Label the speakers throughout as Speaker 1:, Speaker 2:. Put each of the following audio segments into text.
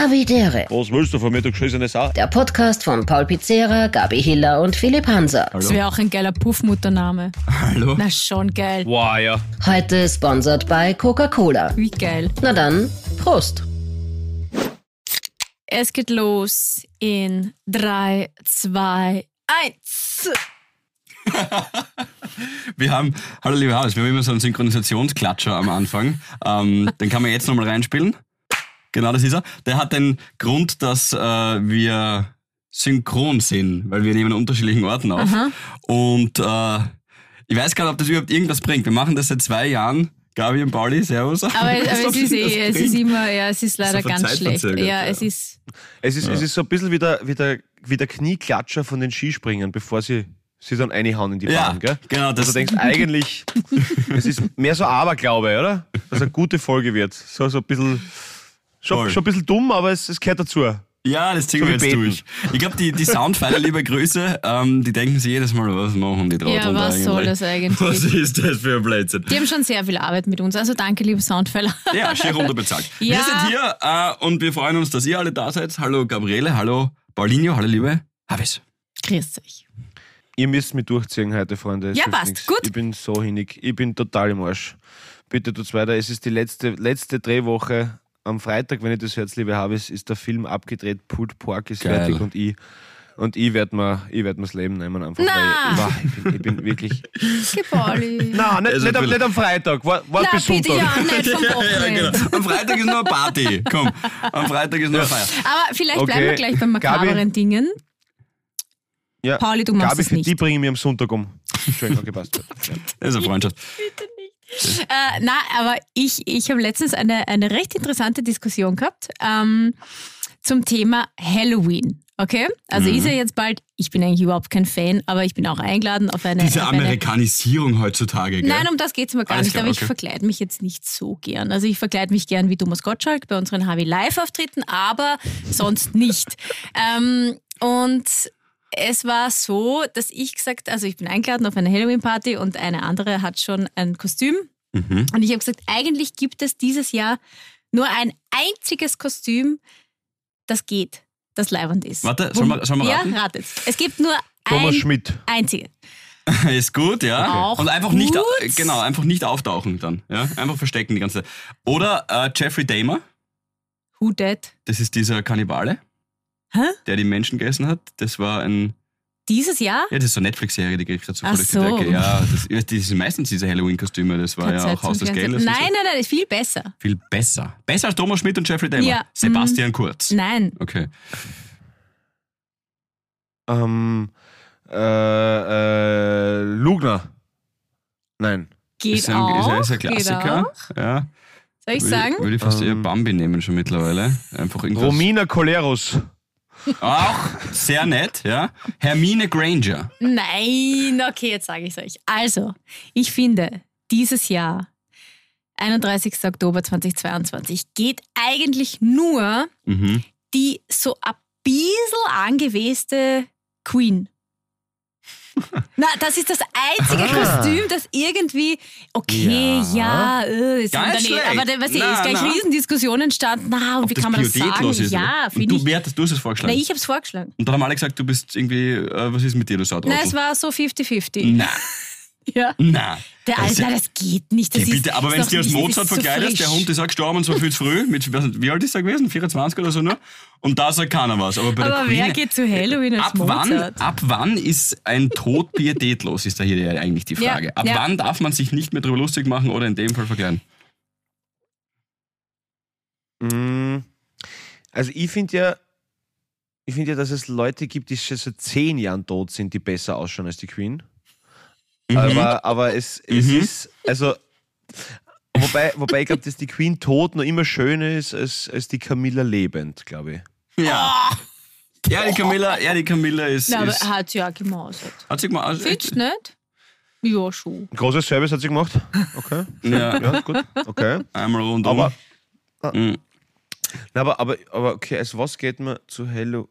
Speaker 1: Havidere.
Speaker 2: Was willst du von mir, du geschissene Sau?
Speaker 1: Der Podcast von Paul Pizzera, Gabi Hiller und Philipp Hanser.
Speaker 3: Das wäre auch ein geiler Puffmuttername.
Speaker 4: Hallo?
Speaker 3: Na schon geil.
Speaker 2: Wow, ja.
Speaker 1: Heute sponsored bei Coca-Cola.
Speaker 3: Wie geil.
Speaker 1: Na dann, Prost.
Speaker 3: Es geht los in 3, 2, 1.
Speaker 4: Wir haben, hallo liebe Haus, wir haben immer so einen Synchronisationsklatscher am Anfang. Ähm, den kann man jetzt nochmal reinspielen. Genau, das ist er. Der hat den Grund, dass äh, wir synchron sind, weil wir nehmen an unterschiedlichen Orten auf. Und äh, ich weiß gar nicht, ob das überhaupt irgendwas bringt. Wir machen das seit zwei Jahren. Gabi und Pauli, Servus.
Speaker 3: Aber, aber es ist eh, es ist immer, ja, es ist leider
Speaker 4: einfach
Speaker 3: ganz schlecht. Ja,
Speaker 4: zeitverzögert, ja.
Speaker 3: es ist.
Speaker 2: Es ist, es ist so ein bisschen wie der, wie, der, wie der Knieklatscher von den Skispringern, bevor sie sie dann einhauen in die
Speaker 4: Ja,
Speaker 2: Bahn, gell?
Speaker 4: genau,
Speaker 2: Dass
Speaker 4: das-
Speaker 2: du denkst, eigentlich, es ist mehr so Aberglaube, oder? Dass eine gute Folge wird. So, so ein bisschen, schon,
Speaker 4: Voll.
Speaker 2: schon ein bisschen dumm, aber es, es gehört dazu.
Speaker 3: eh
Speaker 4: Ja, das ziehen
Speaker 2: So
Speaker 4: wir
Speaker 2: wie
Speaker 4: jetzt
Speaker 2: beten.
Speaker 4: durch. Ich glaube, die, die Soundpfeiler, liebe Grüße, ähm, die denken sich jedes Mal, was machen die
Speaker 3: Ja,
Speaker 4: Trotteln da
Speaker 3: was soll das eigentlich?
Speaker 4: Was ist das für ein Blödsinn?
Speaker 3: Die haben schon sehr viel Arbeit mit uns. Also danke, liebe Soundfäller.
Speaker 4: Ja, schön runterbezahlt.
Speaker 3: Ja.
Speaker 4: Wir sind hier äh, und wir freuen uns, dass ihr alle da seid. Hallo Gabriele, hallo Paulinho, hallo liebe Havis.
Speaker 3: Grüß euch.
Speaker 2: Ihr müsst mich durchziehen heute, Freunde. Es
Speaker 3: Ja,
Speaker 2: hilft
Speaker 3: passt.
Speaker 2: nix.
Speaker 3: Gut.
Speaker 2: Ich bin so hinnig. Ich bin total im Arsch. Bitte tut's weiter. Es ist die letzte, letzte Drehwoche. Am Freitag, wenn ihr das hört, liebe Havis, ist der Film abgedreht. Pulled Pork ist
Speaker 4: Geil.
Speaker 2: fertig und ich. Und ich werde mir, ich werd mir das Leben nehmen einfach.
Speaker 3: Na.
Speaker 2: Weil ich, ich, bin, ich bin wirklich.
Speaker 3: Pauli.
Speaker 2: Nein, nicht,
Speaker 4: Also
Speaker 2: nicht, am,
Speaker 4: will-
Speaker 2: nicht am Freitag. Wart, wart
Speaker 3: Na,
Speaker 2: bis
Speaker 3: bitte,
Speaker 2: Sonntag.
Speaker 3: ja, genau. nicht vom Wochenende.
Speaker 4: Am Freitag ist nur Party. Komm, am Freitag ist nur Feier.
Speaker 3: Aber vielleicht bleiben wir
Speaker 2: Okay.
Speaker 3: gleich bei makaberen
Speaker 2: Gabi?
Speaker 3: Dingen.
Speaker 2: Ja.
Speaker 3: Pauli, du machst
Speaker 2: Gabi,
Speaker 3: es
Speaker 2: für die
Speaker 3: nicht.
Speaker 2: bringe ich mir am Sonntag um. Schön, okay, passt. Ja.
Speaker 4: Das ist eine Freundschaft.
Speaker 3: Äh, na, aber ich, ich habe letztens eine, eine recht interessante Diskussion gehabt ähm, zum Thema Halloween. Okay? Also
Speaker 4: Mhm.
Speaker 3: ist ja jetzt bald, ich bin eigentlich überhaupt kein Fan, aber ich bin auch eingeladen auf eine.
Speaker 4: Diese
Speaker 3: auf eine
Speaker 4: Amerikanisierung heutzutage, gell?
Speaker 3: Nein, um das geht es mir gar
Speaker 4: Alles
Speaker 3: nicht,
Speaker 4: klar,
Speaker 3: aber ich
Speaker 4: okay.
Speaker 3: verkleide mich jetzt nicht so gern. Also ich verkleide mich gern wie Thomas Gottschalk bei unseren HW Live-Auftritten, aber sonst nicht. ähm, und es war so, dass ich gesagt, also ich bin eingeladen auf eine Halloween-Party und eine andere hat schon ein Kostüm.
Speaker 4: Mhm.
Speaker 3: Und ich habe gesagt, eigentlich gibt es dieses Jahr nur ein einziges Kostüm, das geht, das leibend ist.
Speaker 4: Warte,
Speaker 3: Wo-
Speaker 4: sollen wir- sollen wir raten?
Speaker 3: Ja, ratet. Es gibt nur
Speaker 2: Thomas
Speaker 3: ein
Speaker 2: Schmidt.
Speaker 3: einziges.
Speaker 4: Ist gut, ja.
Speaker 3: Auch
Speaker 4: und einfach nicht,
Speaker 3: gut.
Speaker 4: genau, einfach nicht auftauchen dann. Ja? Einfach verstecken die ganze Zeit. Oder äh, Jeffrey Dahmer,
Speaker 3: Who that?
Speaker 4: das ist dieser Kannibale,
Speaker 3: Hä?
Speaker 4: der die Menschen gegessen hat. Das war ein,
Speaker 3: Dieses Jahr?
Speaker 4: ja, das ist so eine Netflix-Serie, die kriegt dazu
Speaker 3: Ach
Speaker 4: voll durch die
Speaker 3: so.
Speaker 4: Decke. Ja, das, das sind meistens diese Halloween-Kostüme, das war
Speaker 3: Hat
Speaker 4: ja
Speaker 3: Zeit
Speaker 4: auch Haus
Speaker 3: zum
Speaker 4: des
Speaker 3: Fernsehen.
Speaker 4: Geldes. und
Speaker 3: Nein, nein, nein, ist viel besser.
Speaker 4: So. Viel besser. Besser als Thomas Schmidt und Jeffrey Dahmer.
Speaker 3: Ja, mhm.
Speaker 4: Sebastian Kurz.
Speaker 3: Nein.
Speaker 4: Okay.
Speaker 2: Ähm, äh, äh, Lugner. Nein.
Speaker 3: Geht
Speaker 4: ist ein,
Speaker 3: auch.
Speaker 4: ist ein, ist ein
Speaker 3: geht
Speaker 4: Klassiker.
Speaker 3: auch.
Speaker 4: Ja.
Speaker 3: Soll ich
Speaker 4: Würde-
Speaker 3: sagen?
Speaker 4: Würde ich fast eher
Speaker 2: Ähm.
Speaker 4: Bambi nehmen schon mittlerweile. Einfach irgendwas.
Speaker 2: Romina Coleros.
Speaker 4: Auch sehr nett, ja. Hermine Granger.
Speaker 3: Nein, okay, jetzt sage ich es euch. Also, ich finde, dieses Jahr, 31. Oktober 2022, geht eigentlich nur
Speaker 4: Mhm.
Speaker 3: die so ein bisschen angeweste Queen. Na, das ist das einzige
Speaker 4: Ah.
Speaker 3: Kostüm, das irgendwie, okay,
Speaker 2: Ja.
Speaker 3: ja, äh, ist
Speaker 4: Gar nicht
Speaker 3: daneben,
Speaker 4: schlecht.
Speaker 3: aber da, weißt du,
Speaker 4: Na,
Speaker 3: ist gleich
Speaker 4: na.
Speaker 3: Riesendiskussion entstanden. Na, und wie
Speaker 4: Ob das
Speaker 3: kann man das sagen?
Speaker 4: pietätlos Ist,
Speaker 3: ja,
Speaker 4: oder? Und
Speaker 3: finde
Speaker 4: du,
Speaker 3: ich.
Speaker 4: wer hat- du hast es
Speaker 3: Na,
Speaker 4: vorgeschlagen.
Speaker 3: ich habe es vorgeschlagen.
Speaker 4: und dann haben alle gesagt, du bist irgendwie, äh, was ist mit dir, du
Speaker 3: Na, es
Speaker 4: Sautrottel?
Speaker 3: war so 50-50.
Speaker 4: Na,
Speaker 3: Ja.
Speaker 4: na.
Speaker 3: Der
Speaker 4: Das
Speaker 3: Alter,
Speaker 4: Mhm. ist ja-
Speaker 3: das geht nicht. Das
Speaker 4: Hey,
Speaker 3: ist,
Speaker 4: bitte, aber wenn
Speaker 3: ist
Speaker 4: es dir
Speaker 3: doch
Speaker 4: als
Speaker 3: nicht- das
Speaker 4: Mozart
Speaker 3: ist so
Speaker 4: vergeilert, der
Speaker 3: frisch.
Speaker 4: Hund ist auch gestorben und zwar viel zu früh, mit, weiß nicht, wie alt ist er gewesen? 24 oder so nur? Und da sagt keiner was. Aber, bei der
Speaker 3: Aber wer
Speaker 4: Queen-
Speaker 3: geht zu Halloween als
Speaker 4: ab wann,
Speaker 3: Mozart?
Speaker 4: ab wann ist ein Tod pietätlos, ist da hier ja eigentlich die
Speaker 3: Ja,
Speaker 4: Frage. ab
Speaker 3: ja.
Speaker 4: wann darf man sich nicht mehr drüber lustig machen oder in dem Fall verkleiden?
Speaker 2: Mm. Also ich finde ja, ich finde ja, dass es Leute gibt, die schon seit zehn Jahren tot sind, die besser ausschauen als die Queen. Aber, aber es, es
Speaker 4: Mhm.
Speaker 2: ist, also wobei, wobei ich glaube, dass die Queen tot noch immer schöner ist als, als die Camilla lebend, glaube ich.
Speaker 4: Ja. Ja, die Camilla, ja, die Camilla ist.
Speaker 3: Ah! Na, aber
Speaker 4: ist
Speaker 3: hat sie ja gemausert.
Speaker 4: hat sich mal. Also,
Speaker 3: Findest du nicht? Ja, schon.
Speaker 2: Ein großes Service hat sie gemacht. Okay.
Speaker 4: ja,
Speaker 2: Ja, gut. Okay.
Speaker 4: einmal rundum.
Speaker 2: Aber-
Speaker 4: Mhm.
Speaker 2: Na, aber, aber, aber okay, als was geht man zu Hello?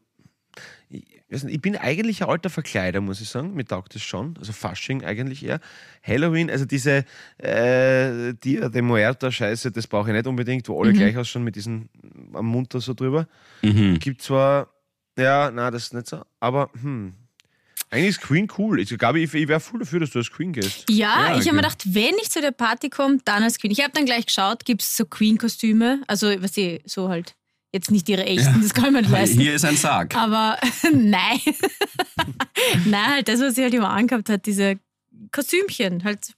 Speaker 2: ich, weiß nicht, ich bin eigentlich ein alter Verkleider, muss ich sagen. Mir taugt das schon. Also Fasching eigentlich eher. Halloween, also diese äh, Dia de Muerta-Scheiße, das brauche ich nicht unbedingt, wo alle gleich ausschauen mit diesen am Mund da so drüber.
Speaker 4: Mhm.
Speaker 2: Gibt zwar, ja, na, das ist nicht so, aber hm. Eigentlich ist Queen cool. Ich, Gabi, ich, ich wäre voll dafür, dass du als Queen gehst.
Speaker 3: Ja, ich
Speaker 4: Ja,
Speaker 3: habe mir
Speaker 4: genau.
Speaker 3: gedacht, wenn ich zu der Party komme, dann als Queen. Ich habe dann gleich geschaut, gibt es so Queen-Kostüme? Also, weißt du, so halt. Jetzt nicht ihre echten, das kann man nicht leisten.
Speaker 4: Hier ist ein Sarg.
Speaker 3: Aber nein. nein, halt das, was sie halt immer angehabt hat, diese Kostümchen. Halt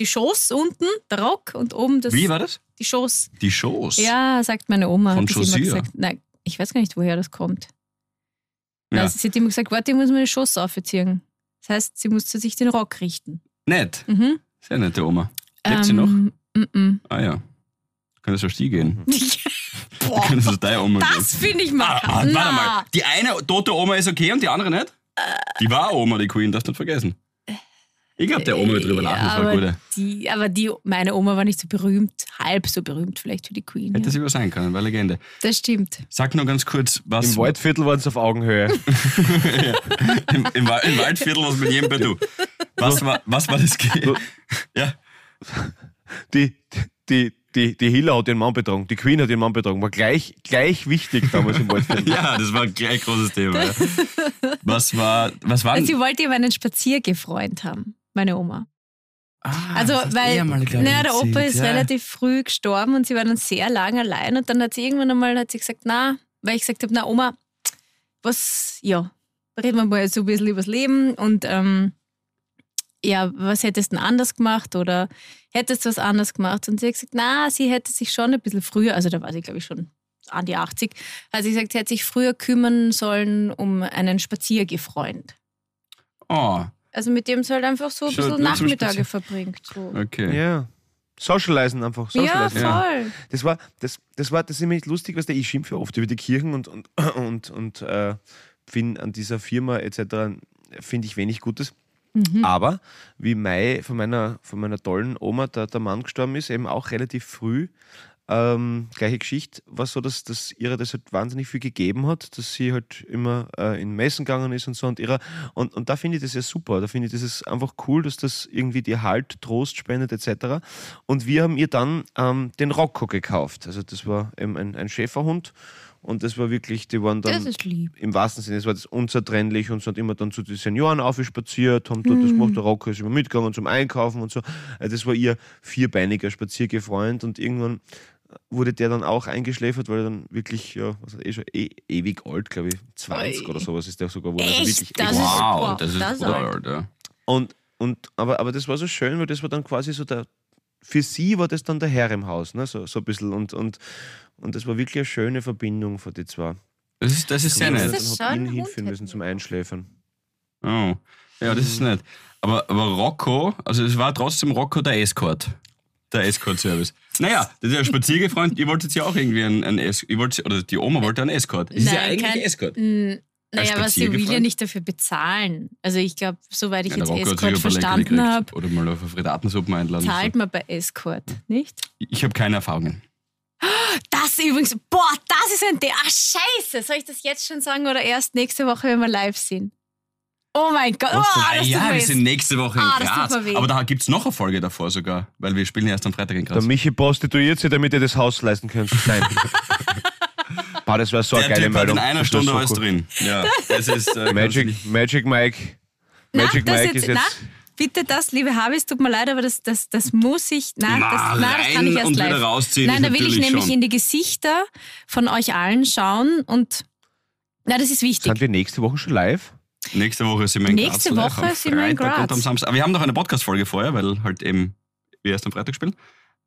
Speaker 3: die Schoß unten, der Rock und oben das,
Speaker 4: Wie war das?
Speaker 3: die Schoß.
Speaker 4: Die Schoß.
Speaker 3: Ja, sagt meine Oma.
Speaker 4: Von
Speaker 3: hat das immer
Speaker 4: Chaussure.
Speaker 3: gesagt. Nein, ich weiß gar nicht, woher das kommt.
Speaker 4: Ja.
Speaker 3: Nein, sie hat immer gesagt, warte, ich muss meine Schoß aufziehen. Das heißt, sie musste sich den Rock richten.
Speaker 4: Nett.
Speaker 3: Mhm.
Speaker 4: Sehr nette Oma. Lebt
Speaker 3: Ähm,
Speaker 4: sie noch?
Speaker 3: Mm
Speaker 4: Ah ja. Könntest du auf die gehen?
Speaker 3: -mm. Boah,
Speaker 4: Könntest du deine Oma gehen?
Speaker 3: das finde ich mal.
Speaker 4: Ah, ah, warte
Speaker 3: Na.
Speaker 4: mal. Die eine tote Oma ist okay und die andere nicht? Die war Oma, die Queen, darfst nicht vergessen. Ich glaube, der Oma wird drüber lachen, das war
Speaker 3: Äh,
Speaker 4: eine
Speaker 3: aber
Speaker 4: gute.
Speaker 3: Die, aber die, meine Oma war nicht so berühmt, halb so berühmt vielleicht wie die Queen.
Speaker 4: Hätte
Speaker 3: Ja.
Speaker 4: es über sein können, war Legende.
Speaker 3: Das stimmt.
Speaker 4: Sag nur ganz kurz, was.
Speaker 2: Im Waldviertel waren es auf Augenhöhe.
Speaker 4: im, im, Wa- im Waldviertel, was mit jedem Badu. Was war, was war das? Ge ja,
Speaker 2: die, die, die, die Hilla hat ihren Mann betrogen, die Queen hat ihren Mann betrogen. War gleich, gleich wichtig damals im Waldviertel.
Speaker 4: ja, das war gleich ein großes Thema. Ja. Was war. Was war
Speaker 3: Sie wollte ihm einen Spaziergefreund haben, meine Oma.
Speaker 4: Ah,
Speaker 3: Also,
Speaker 4: das hast du
Speaker 3: weil
Speaker 4: eh einmal, glaub ich,
Speaker 3: naja, der Opa
Speaker 4: erzählt,
Speaker 3: ist
Speaker 4: ja.
Speaker 3: relativ früh gestorben und sie war dann sehr lang allein und dann hat sie irgendwann einmal hat sie gesagt, na, weil ich gesagt habe, na Oma, was, ja, reden wir mal so ein bisschen übers Leben und ähm, ja, was hättest du denn anders gemacht oder hättest du was anders gemacht? Und sie hat gesagt, na, sie hätte sich schon ein bisschen früher, also da war sie, glaube ich, schon an die 80, hat sie gesagt, sie hätte sich früher kümmern sollen um einen Spaziergefreund.
Speaker 4: Oh,
Speaker 3: Also mit dem sie halt einfach so ein
Speaker 4: Schaut
Speaker 3: bisschen
Speaker 4: nur zum
Speaker 3: Nachmittage
Speaker 4: Spazier-
Speaker 3: verbringt. So.
Speaker 4: okay.
Speaker 2: Ja. Socializen einfach.
Speaker 3: Ja,
Speaker 2: Socializen.
Speaker 3: voll.
Speaker 2: Das war, das, das war, das ist immer nicht lustig, was der ich schimpfe oft über die Kirchen und, und, und, und äh, bin an dieser Firma etc. finde ich wenig Gutes.
Speaker 3: Mhm.
Speaker 2: Aber wie Mai von meiner, von meiner tollen Oma, der, der Mann gestorben ist, eben auch relativ früh, ähm, gleiche Geschichte, war so, dass, dass ihre das halt wahnsinnig viel gegeben hat, dass sie halt immer äh, in Messen gegangen ist und so und ihrer. Und, und da finde ich das ja super. Da finde ich das ist einfach cool, dass das irgendwie dir Halt, Trost spendet etc. Und wir haben ihr dann ähm, den Rocco gekauft. Also das war eben ein, ein Schäferhund und das war wirklich, die waren dann
Speaker 3: Das ist lieb.
Speaker 2: im wahrsten Sinne des Wortes unzertrennlich und sind immer dann zu den Senioren aufgespaziert, haben dort das gemacht, der Rocker ist immer mitgegangen zum Einkaufen und so. Also das war ihr vierbeiniger Spaziergefreund und irgendwann äh, wurde der dann auch eingeschläfert, weil er dann wirklich, ja, was hat, er, eh schon eh, ewig alt, glaube ich, 20
Speaker 3: Ui.
Speaker 2: oder sowas ist der sogar geworden.
Speaker 3: Echt?
Speaker 2: Also wirklich
Speaker 3: Das
Speaker 2: ewig.
Speaker 3: ist-
Speaker 4: Wow,
Speaker 3: boah,
Speaker 4: das ist
Speaker 3: das ist
Speaker 4: brutal,
Speaker 3: alt.
Speaker 4: Alter.
Speaker 2: Und, und aber, aber das war so schön, weil das war dann quasi so der, für sie war das dann der Herr im Haus, ne? so, so ein bisschen. Und, und, und das war wirklich eine schöne Verbindung von den zwei.
Speaker 4: Das ist, das ist sehr
Speaker 3: Das
Speaker 4: nett.
Speaker 2: Dann
Speaker 3: ist so
Speaker 2: hab ich
Speaker 3: ein
Speaker 2: ihn
Speaker 3: Hund
Speaker 2: hinführen
Speaker 3: hätten
Speaker 2: müssen zum
Speaker 3: wir.
Speaker 2: Einschläfern.
Speaker 4: Oh. Ja, das ist nett. Aber, aber Rocco, also es war trotzdem Rocco der Escort. Der Escort-Service. Naja, der Spaziergefreund, ihr wolltet ja auch irgendwie einen, einen Escort, ihr wolltet, oder die Oma wollte einen Escort. Das ist ja
Speaker 3: Nein,
Speaker 4: eigentlich
Speaker 3: kein-
Speaker 4: Escort.
Speaker 3: N- Naja,
Speaker 4: Als
Speaker 3: aber sie will ja
Speaker 4: Spaziergefreund?
Speaker 3: nicht dafür bezahlen. Also ich glaube, soweit ich
Speaker 4: Ja, der
Speaker 3: jetzt
Speaker 4: Rocco hat
Speaker 3: Escort
Speaker 4: sich überlegt,
Speaker 3: verstanden
Speaker 4: gekriegt.
Speaker 3: habe,
Speaker 4: Oder mal auf eine Fredatensuppe einladen.
Speaker 3: zahlt man bei Escort, nicht?
Speaker 4: Ich habe keine Erfahrungen.
Speaker 3: Das übrigens, boah, das ist ein Thema. Ah, scheiße, soll ich das jetzt schon sagen oder erst nächste Woche, wenn wir live sind? Oh mein Gott, oh, das tut
Speaker 4: ja,
Speaker 3: mir
Speaker 4: wir
Speaker 3: jetzt-
Speaker 4: sind nächste Woche in
Speaker 3: Ah, das tut
Speaker 4: Graz.
Speaker 3: mir weh.
Speaker 4: Aber da gibt es noch eine Folge davor sogar, weil wir spielen ja erst am Freitag in
Speaker 2: Der
Speaker 4: Graz.
Speaker 2: Michi prostituiert sie, damit ihr das Haus leisten könnt. Nein. Boah, das war so eine
Speaker 4: Der
Speaker 2: geile
Speaker 4: Typ hat
Speaker 2: Meldung.
Speaker 4: in einer
Speaker 2: Das war
Speaker 4: Stunde
Speaker 2: so
Speaker 4: alles
Speaker 2: cool.
Speaker 4: drin. Ja, das ist äh,
Speaker 2: Magic, Magic Mike.
Speaker 3: Na,
Speaker 2: Magic
Speaker 3: das
Speaker 2: Mike ist
Speaker 3: na,
Speaker 2: jetzt.
Speaker 3: bitte das, liebe Habis, tut mir leid, aber das, das, das muss ich. Nein,
Speaker 4: Na,
Speaker 3: das, nein, das kann ich
Speaker 4: rein
Speaker 3: erst
Speaker 4: und
Speaker 3: live.
Speaker 4: wieder rausziehen
Speaker 3: nein,
Speaker 4: ist
Speaker 3: da will ich
Speaker 4: natürlich
Speaker 3: nämlich
Speaker 4: schon.
Speaker 3: in die Gesichter von euch allen schauen und. Na, das ist wichtig.
Speaker 2: Sind wir nächste Woche schon live?
Speaker 4: Nächste Woche sind wir in
Speaker 3: Nächste
Speaker 4: Graz.
Speaker 3: Woche
Speaker 4: live, am
Speaker 3: sind wir in
Speaker 4: Freitag
Speaker 3: Graz.
Speaker 4: Und am Samstag. Aber wir haben noch eine Podcast-Folge vorher, weil halt eben wir erst am Freitag spielen.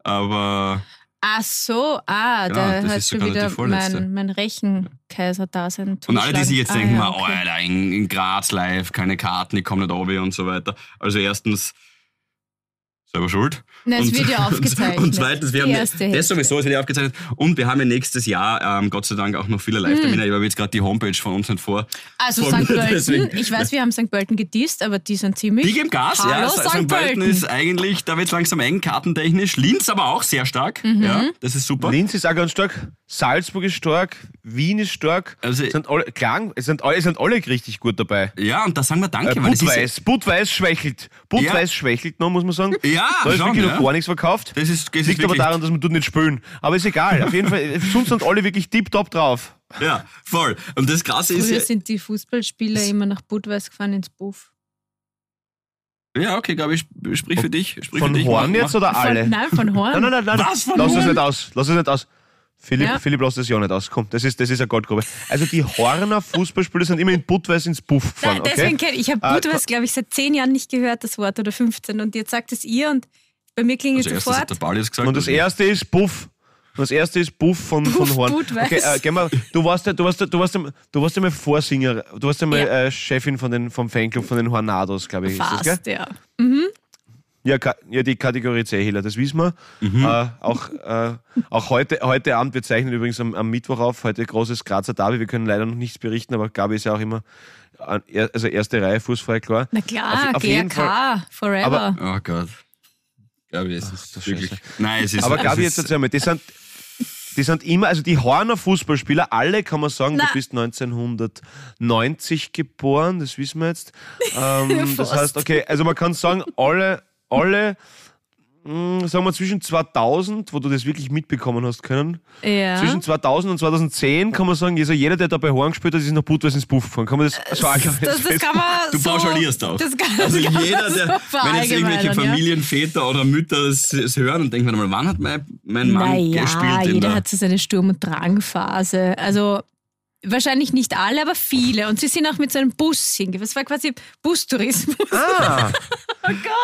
Speaker 4: Aber
Speaker 3: Ach so, ah,
Speaker 4: Genau,
Speaker 3: da
Speaker 4: das
Speaker 3: hat
Speaker 4: ist
Speaker 3: schon
Speaker 4: sogar noch die
Speaker 3: wieder
Speaker 4: vorletzte.
Speaker 3: mein, mein Rechenkaiser da sein.
Speaker 4: und alle, die sich jetzt
Speaker 3: ah,
Speaker 4: denken,
Speaker 3: ja,
Speaker 4: mal, oh,
Speaker 3: okay.
Speaker 4: Alter, in, in Graz live, keine Karten, ich komme nicht runter und so weiter. Also erstens selber schuld.
Speaker 3: Na, es
Speaker 4: und,
Speaker 3: wird ja aufgezeichnet.
Speaker 4: Und, und zweitens, wir
Speaker 3: Die
Speaker 4: haben
Speaker 3: erste
Speaker 4: ja,
Speaker 3: Hälfte.
Speaker 4: das sowieso, es wird ja aufgezeichnet. Und wir haben ja nächstes Jahr, ähm, Gott sei Dank, auch noch viele Live-Termine. Ich habe jetzt gerade die Homepage von uns nicht vor.
Speaker 3: Hm. Also
Speaker 4: vor mir,
Speaker 3: St. Pölten,
Speaker 4: deswegen-
Speaker 3: ich weiß, wir haben St. Pölten gedisst, aber die sind ziemlich.
Speaker 4: Die geben Gas,
Speaker 3: Hallo,
Speaker 4: ja.
Speaker 3: St.
Speaker 4: St. Pölten ist eigentlich, da wird langsam eng, kartentechnisch. Linz aber auch sehr stark.
Speaker 3: Mhm.
Speaker 4: Ja, das ist super.
Speaker 2: Linz ist auch ganz stark, Salzburg ist stark, Wien ist stark.
Speaker 4: Also-
Speaker 2: sind alle, Klang, es sind alle, es sind alle richtig gut dabei.
Speaker 4: Ja, und da sagen wir Danke,
Speaker 2: Äh,
Speaker 4: weil das ist,
Speaker 2: Budweis, Budweis schwächelt. Budweis schwächelt noch, muss man sagen.
Speaker 4: Ja,
Speaker 2: Da ist
Speaker 4: schon,
Speaker 2: wirklich noch
Speaker 4: ja.
Speaker 2: gar nichts verkauft.
Speaker 4: Das ist- das ist
Speaker 2: Liegt aber
Speaker 4: wirklich-
Speaker 2: daran, dass wir dort nicht spülen. Aber ist egal. Auf jeden Fall, äh, sonst sind alle wirklich tiptop drauf.
Speaker 4: ja, voll. Und das Krasse ist,
Speaker 3: Früher
Speaker 4: ja-
Speaker 3: sind die Fußballspieler immer nach Budweis gefahren ins Buff.
Speaker 4: ja, okay, glaube ich, sp- sprich für dich. Sprich für
Speaker 2: Von
Speaker 4: dich,
Speaker 2: Horn
Speaker 4: mach-
Speaker 2: jetzt oder alle?
Speaker 3: Von, nein, von Horn.
Speaker 2: Nein, nein, nein, nein.
Speaker 4: Was, von
Speaker 2: lass es
Speaker 4: Horn?
Speaker 2: nicht aus. Lass es nicht aus. Philipp,
Speaker 3: Ja.
Speaker 2: Philipp, lass das ja nicht aus. Komm, das ist, das ist eine Goldgrube. Also die Horner Fußballspieler sind immer in Budweis ins Puff gefahren,
Speaker 3: Nein, deswegen
Speaker 2: okay?
Speaker 3: kenn ich, ich habe
Speaker 2: Ah,
Speaker 3: Budweis, glaube ich, seit zehn Jahren nicht gehört, das Wort, oder 15. Und jetzt sagt es ihr und bei mir klingelt
Speaker 4: Also erstens
Speaker 3: sofort.
Speaker 4: hat der Paul jetzt gesagt.
Speaker 2: Und das
Speaker 4: also-
Speaker 2: erste ist Puff. Und das erste ist Puff von, von
Speaker 3: Puff,
Speaker 2: Horn.
Speaker 3: Budweis.
Speaker 2: Okay, äh, gehen wir, du warst ja, du warst ja, du warst ja, du warst ja mal Vorsinger, du warst ja mal
Speaker 3: Ja.
Speaker 2: äh, Chefin von den, vom Fanclub von den Hornados, glaube ich, ist das, gell?
Speaker 3: Fast, ja.
Speaker 2: Ja, Ka ja, die Kategorie C-Hehler, das wissen wir.
Speaker 4: Mhm.
Speaker 2: Äh, auch äh, auch heute, heute Abend, wir zeichnen übrigens am, am Mittwoch auf, heute großes Grazer Derby. Wir können leider noch nichts berichten, aber Gabi ist ja auch immer, an, er- also erste Reihe, fußfrei, klar.
Speaker 3: Na klar,
Speaker 2: Auf- auf jeden
Speaker 3: GRK, forever.
Speaker 2: Aber-
Speaker 4: Oh Gott. Gabi, es ist
Speaker 2: du
Speaker 4: wirklich. Nein, es ist.
Speaker 2: Aber
Speaker 4: es
Speaker 2: Gabi,
Speaker 4: ist,
Speaker 2: jetzt erzähl mal, die sind, die sind immer, also die Horner Fußballspieler, alle kann man sagen,
Speaker 3: Na.
Speaker 2: du bist 1990 geboren, das wissen wir jetzt. Ähm, das
Speaker 3: Fast.
Speaker 2: heißt, okay, also man kann sagen, alle, alle, mh, sagen wir zwischen 2000, wo du das wirklich mitbekommen hast können,
Speaker 3: ja.
Speaker 2: zwischen 2000 und 2010 kann man sagen, also jeder, der da bei Horn gespielt hat, ist nach Budweis ins Puff gefahren. Kann man das so allgemein
Speaker 3: das, das
Speaker 2: festhalten?
Speaker 3: kann man
Speaker 4: Du
Speaker 3: so,
Speaker 4: pauschalierst auch.
Speaker 3: Das kann,
Speaker 4: also
Speaker 3: das kann
Speaker 4: jeder,
Speaker 3: man
Speaker 4: der,
Speaker 3: so
Speaker 4: wenn jetzt irgendwelche
Speaker 3: verallgemeinern, ja.
Speaker 4: Familienväter oder Mütter es, es hören und denken, warte mal, wann hat mein, mein Mann
Speaker 3: naja,
Speaker 4: gespielt in
Speaker 3: jeder
Speaker 4: der
Speaker 3: hat so seine Sturm- und Drangphase. Also wahrscheinlich nicht alle, aber viele. Und sie sind auch mit so einem Bus hingefahren. Es war quasi Bustourismus.
Speaker 2: Ah.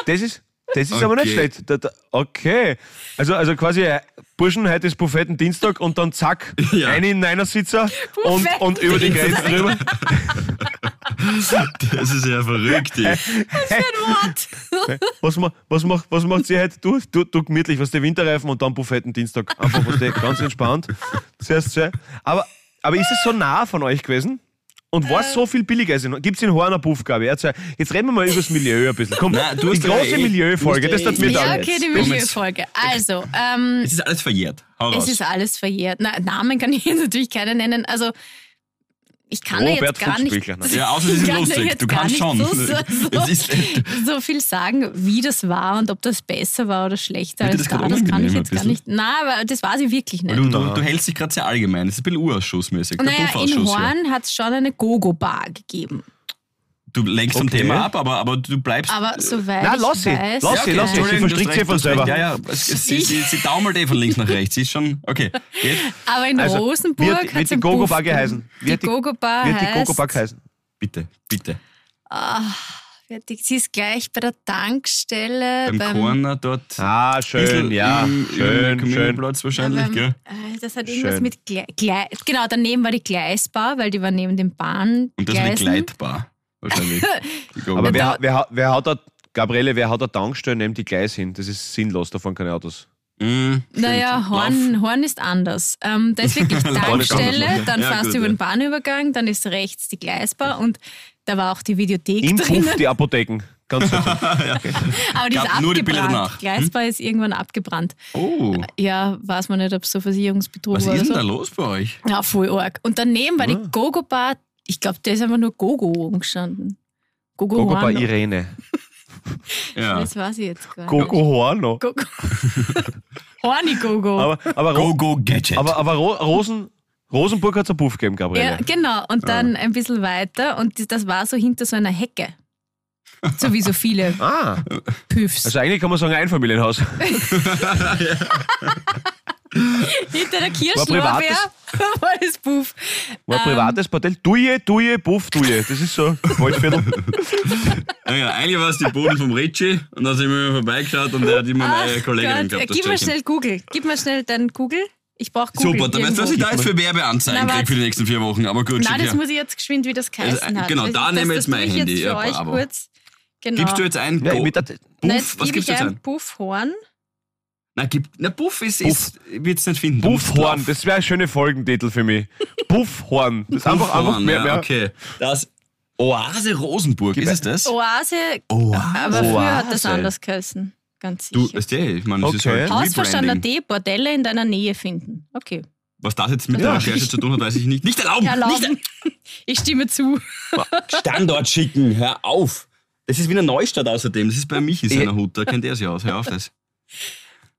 Speaker 2: Das ist, das ist aber nicht
Speaker 4: Okay.
Speaker 2: schlecht. Da, da, okay. Also, also quasi, äh, Burschen, heute ist Buffetten Dienstag und dann zack,
Speaker 4: Ja.
Speaker 2: eine in Neinersitzer und, und über die Grenzen drüber.
Speaker 4: Das ist ja verrückt. ey.
Speaker 2: Was, ma- was, macht, was macht sie heute? Du, du, du gemütlich, was die Winterreifen und dann Buffetten Dienstag. Einfach was die, ganz entspannt. Zuerst zwei. Aber, aber ist es so nah von euch gewesen? Und war es so viel billiger? Gibt es in Horn eine Puffgabe? Jetzt reden wir mal über das Milieu ein bisschen. Komm,
Speaker 4: Nein, du
Speaker 2: die
Speaker 4: hast ja
Speaker 2: große
Speaker 4: eh-
Speaker 2: Milieufolge,
Speaker 4: du
Speaker 2: das
Speaker 4: hast ja
Speaker 2: hat
Speaker 4: eh-
Speaker 2: mir
Speaker 4: Ja,
Speaker 2: da.
Speaker 3: Ja, okay, die
Speaker 4: Komm jetzt.
Speaker 3: Milieufolge. Also, ähm,
Speaker 4: Es ist alles verjährt. Hau raus.
Speaker 3: es ist alles verjährt. Na, Namen kann ich jetzt natürlich keine nennen. Also, ich kann ja
Speaker 2: Robert
Speaker 3: jetzt gar nicht.
Speaker 2: Fuchsbüchler, ne?
Speaker 4: ja, außer
Speaker 3: Ich
Speaker 4: sie sind
Speaker 3: kann da
Speaker 4: lustig.
Speaker 3: jetzt
Speaker 4: Du
Speaker 3: gar
Speaker 4: kannst
Speaker 3: nicht
Speaker 4: schon.
Speaker 3: So, so, so,
Speaker 4: Es ist, äh,
Speaker 3: so viel sagen, wie das war und ob das besser war oder schlechter
Speaker 4: Wird dir
Speaker 3: als
Speaker 4: das
Speaker 3: da.
Speaker 4: gerade
Speaker 3: Das kann ich
Speaker 4: unangenehm
Speaker 3: jetzt
Speaker 4: ein
Speaker 3: gar nicht. Na, aber das war sie wirklich nicht.
Speaker 4: du,
Speaker 2: genau.
Speaker 4: du, du hältst dich gerade sehr allgemein. Es ist ein bisschen Urausschussmäßig. Der
Speaker 3: Naja, in
Speaker 4: Puffausschuss. hier.
Speaker 3: Horn hat es schon eine Gogo-Bar gegeben.
Speaker 4: Du lenkst vom
Speaker 2: Okay.
Speaker 4: Thema ab, aber, aber du bleibst.
Speaker 3: Aber soweit
Speaker 2: Na,
Speaker 3: ich
Speaker 2: lass sie,
Speaker 3: weiß...
Speaker 2: lass sie, lass sie.
Speaker 4: Entschuldigung, du hast
Speaker 2: verstrickt sich
Speaker 4: recht,
Speaker 2: von
Speaker 4: du hast recht.
Speaker 2: selber.
Speaker 4: Ja, ja, es, es, sie,
Speaker 3: Ich-
Speaker 4: sie, sie daumelt eh von links nach rechts. Sie ist schon, okay. Geht.
Speaker 3: Aber in
Speaker 2: Also, wie hat-
Speaker 3: Rosenburg
Speaker 2: wie
Speaker 3: hat
Speaker 2: hat die Gogo-Bar geheißen? Wie
Speaker 3: Die
Speaker 2: hat die-
Speaker 3: Gogo-Bar
Speaker 2: Wird die
Speaker 3: heißt...
Speaker 2: Coco-Back heißen?
Speaker 4: Bitte, bitte.
Speaker 3: wie hat die- Sie ist gleich bei der Tankstelle.
Speaker 4: Beim Corner dort.
Speaker 2: Ah, schön,
Speaker 4: bisschen
Speaker 2: ja.
Speaker 4: Im,
Speaker 2: schön,
Speaker 4: im
Speaker 2: schön.
Speaker 4: Platz wahrscheinlich,
Speaker 3: beim-
Speaker 4: gell?
Speaker 3: äh, Das hat irgendwas
Speaker 2: Schön.
Speaker 3: mit Gle Gle Genau, daneben war die Gleisbar, weil die war neben dem Bahn.
Speaker 4: Und das mit Gleitbar. Wahrscheinlich. Die Gogo-
Speaker 2: Aber
Speaker 3: Da-
Speaker 2: wer, wer, wer hat da, Gabriele, wer hat da Tankstelle neben die Gleis hin? Das ist sinnlos, da fahren keine Autos.
Speaker 4: Mm,
Speaker 3: Naja,
Speaker 4: stimmt.
Speaker 3: Horn, Horn ist anders. Ähm, da ist wirklich
Speaker 4: Horn ist anders,
Speaker 3: Tankstelle,
Speaker 4: ja.
Speaker 3: dann
Speaker 4: Ja,
Speaker 3: fährst
Speaker 4: gut,
Speaker 3: du über
Speaker 4: ja.
Speaker 3: den Bahnübergang, dann ist rechts die Gleisbar und da war auch die Videothek
Speaker 2: Im
Speaker 3: drinnen.
Speaker 2: Puff die Apotheken. Ganz einfach.
Speaker 3: Aber die ist
Speaker 4: Gab
Speaker 3: abgebrannt.
Speaker 4: nur die Bilder Hm? danach.
Speaker 3: Gleisbar ist irgendwann abgebrannt.
Speaker 4: Oh,
Speaker 3: Ja, weiß man nicht, ob es so Versicherungsbetrug
Speaker 4: was
Speaker 3: war
Speaker 4: ist denn da Ah.
Speaker 3: oder so.
Speaker 4: los bei euch?
Speaker 3: Ja, voll arg. Und daneben war die Gogo-Bar, ich glaube, der ist einfach nur Gogo umgestanden. Gogo,
Speaker 2: Coco bei
Speaker 3: Horn.
Speaker 2: Irene.
Speaker 4: Ja.
Speaker 3: Das weiß ich jetzt gar nicht.
Speaker 2: Coco Horno.
Speaker 3: Gogo. Horny Gogo.
Speaker 2: Aber, aber, Ro-
Speaker 4: Go, go, Gadget.
Speaker 2: aber, aber Ro Rosen, Rosenburg hat es einen Puff gegeben,
Speaker 3: ja,
Speaker 2: Gabriele.
Speaker 3: genau.
Speaker 4: Ah.
Speaker 3: Und dann ein bisschen weiter und das- das war so hinter so einer Hecke. So wie so viele
Speaker 2: Ah,
Speaker 3: Püffs.
Speaker 2: also eigentlich kann man sagen Einfamilienhaus.
Speaker 3: hinter der
Speaker 2: War
Speaker 3: Kirschlorbeer war das Puff. Ähm,
Speaker 2: War ein privates Bordell. Duje, Duje, Puff, Duje. Das ist so Waldviertel.
Speaker 4: Naja, genau. eigentlich war es die Boden vom Richie und da sind wir vorbeigeschaut und der hat immer
Speaker 3: Ach
Speaker 4: meine Kollegin
Speaker 3: Gott,
Speaker 4: gehabt. das
Speaker 3: Gib mal
Speaker 4: Tschechien.
Speaker 3: schnell Google. Gib mal schnell deinen Google. Ich brauche Google.
Speaker 4: Super, dann weißt du, was ich da jetzt für Werbeanzeigen
Speaker 3: Na,
Speaker 4: kriege für die nächsten vier Wochen. Aber gut,
Speaker 3: Nein,
Speaker 4: schick
Speaker 3: das
Speaker 4: her.
Speaker 3: muss ich jetzt geschwind, wie das geheißen
Speaker 4: Also,
Speaker 3: hat.
Speaker 4: genau,
Speaker 3: Das-
Speaker 4: da
Speaker 3: das-
Speaker 4: nehme ich
Speaker 3: das
Speaker 4: jetzt mein
Speaker 3: tue
Speaker 4: Handy.
Speaker 3: Jetzt für
Speaker 4: Ja,
Speaker 3: euch
Speaker 4: bravo.
Speaker 3: kurz. Genau.
Speaker 4: Gibst du jetzt ein?
Speaker 2: Ja,
Speaker 4: Go-
Speaker 2: mit der-
Speaker 3: Nein,
Speaker 4: Buff?
Speaker 3: jetzt
Speaker 4: Was
Speaker 3: gebe
Speaker 4: gibst
Speaker 3: ich
Speaker 4: du jetzt
Speaker 3: ein
Speaker 4: ein?
Speaker 3: Puffhorn.
Speaker 4: Na, gib, na Buff ist, ist wird es nicht finden. Du musst
Speaker 2: Buffhorn,
Speaker 4: drauf.
Speaker 2: das wäre ein schöner Folgentitel für mich. Buffhorn. Das ist einfach, einfach
Speaker 4: Buffhorn,
Speaker 2: mehr, mehr.
Speaker 4: ja, okay. Das Oase Rosenburg,
Speaker 2: Gib
Speaker 4: ist es das?
Speaker 3: Oh, Oase, aber
Speaker 4: Oase.
Speaker 3: früher hat das anders geheißen. Ganz
Speaker 4: Du,
Speaker 3: sicher.
Speaker 4: weißt du, ich meine, das ist
Speaker 2: Okay.
Speaker 4: halt
Speaker 3: Hausverstander
Speaker 4: Rebranding.
Speaker 3: D, Bordelle in deiner Nähe finden. Okay.
Speaker 4: Was das jetzt mit
Speaker 2: Ja.
Speaker 4: der Recherche zu tun hat, weiß ich nicht. Nicht erlauben! Nicht
Speaker 3: Erlauben. Ich stimme zu.
Speaker 4: Standort schicken, hör auf! Das ist Wiener Neustadt außerdem, das ist bei Michi seiner Hut, da kennt er sich aus, hör auf das.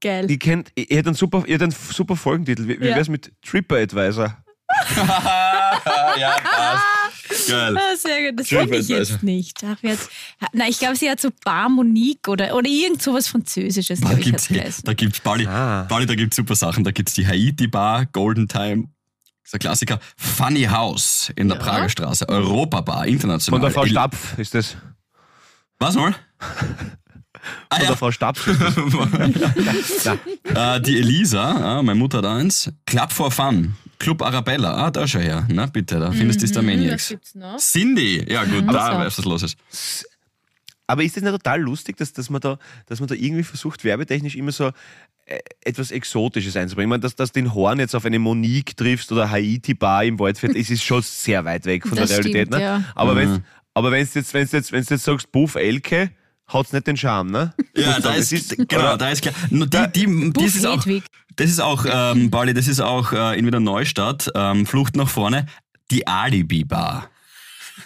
Speaker 3: Geil.
Speaker 2: Ihr kennt, ihr hättet einen super, ihr hättet einen super Folgentitel. Wie, wie
Speaker 3: Ja.
Speaker 2: wär's mit Tripper Advisor?
Speaker 4: Ah, ja, passt. Geil.
Speaker 3: Ah, sehr gut, das
Speaker 4: Schön,
Speaker 3: sage ich
Speaker 4: Weltweise.
Speaker 3: jetzt nicht. Ach, wer hat's- Nein, ich glaube, sie hat so Bar Monique oder, oder irgend sowas Französisches,
Speaker 4: Da
Speaker 3: glaube ich,
Speaker 4: gibt's,
Speaker 3: hat's geheißen.
Speaker 4: da gibt's, Pauli,
Speaker 2: Ah.
Speaker 4: Pauli, da gibt's super Sachen. Da gibt's die Haiti Bar, Golden Time, ist der Klassiker. Funny House in der Prager Straße, Europa Bar, international.
Speaker 2: Von der Frau
Speaker 4: Il-
Speaker 2: Stapf ist das. Von
Speaker 4: Was mal? Ah,
Speaker 2: der Frau Stapf ist das.
Speaker 4: ja. äh, die Elisa, ah, meine Mutter hat eins. Club for Fun, Club Arabella, ah, da schau her. Na bitte, da findest du mhm, Maniacs.
Speaker 3: gibt's noch?
Speaker 4: Cindy, ja gut, da
Speaker 3: so.
Speaker 4: weißt du, was los ist.
Speaker 2: Aber ist das nicht total lustig, dass, dass, man da, dass man da irgendwie versucht, werbetechnisch immer so äh, etwas Exotisches einzubringen? Ich meine, dass, dass den Horn jetzt auf eine Monique triffst oder Haiti-Bar im Waldfeld, es ist schon sehr weit weg von
Speaker 3: Das
Speaker 2: der Realität.
Speaker 3: stimmt,
Speaker 2: ne?
Speaker 3: ja.
Speaker 2: Aber
Speaker 4: Mhm.
Speaker 2: wenn's, aber wenn du jetzt, wenn's jetzt, wenn's jetzt sagst, Buff Elke, hat es nicht den Charme, ne?
Speaker 4: Ja,
Speaker 2: Muss
Speaker 4: da
Speaker 2: sagen,
Speaker 4: ist,
Speaker 2: es
Speaker 4: genau,
Speaker 2: oder-
Speaker 4: da ist klar. Nur die, die,
Speaker 3: Buff
Speaker 4: das ist auch,
Speaker 3: Hedwig.
Speaker 4: das ist auch, ähm, Pauli, das ist auch äh, in Wiener Neustadt, ähm, Flucht nach vorne, die Alibi-Bar.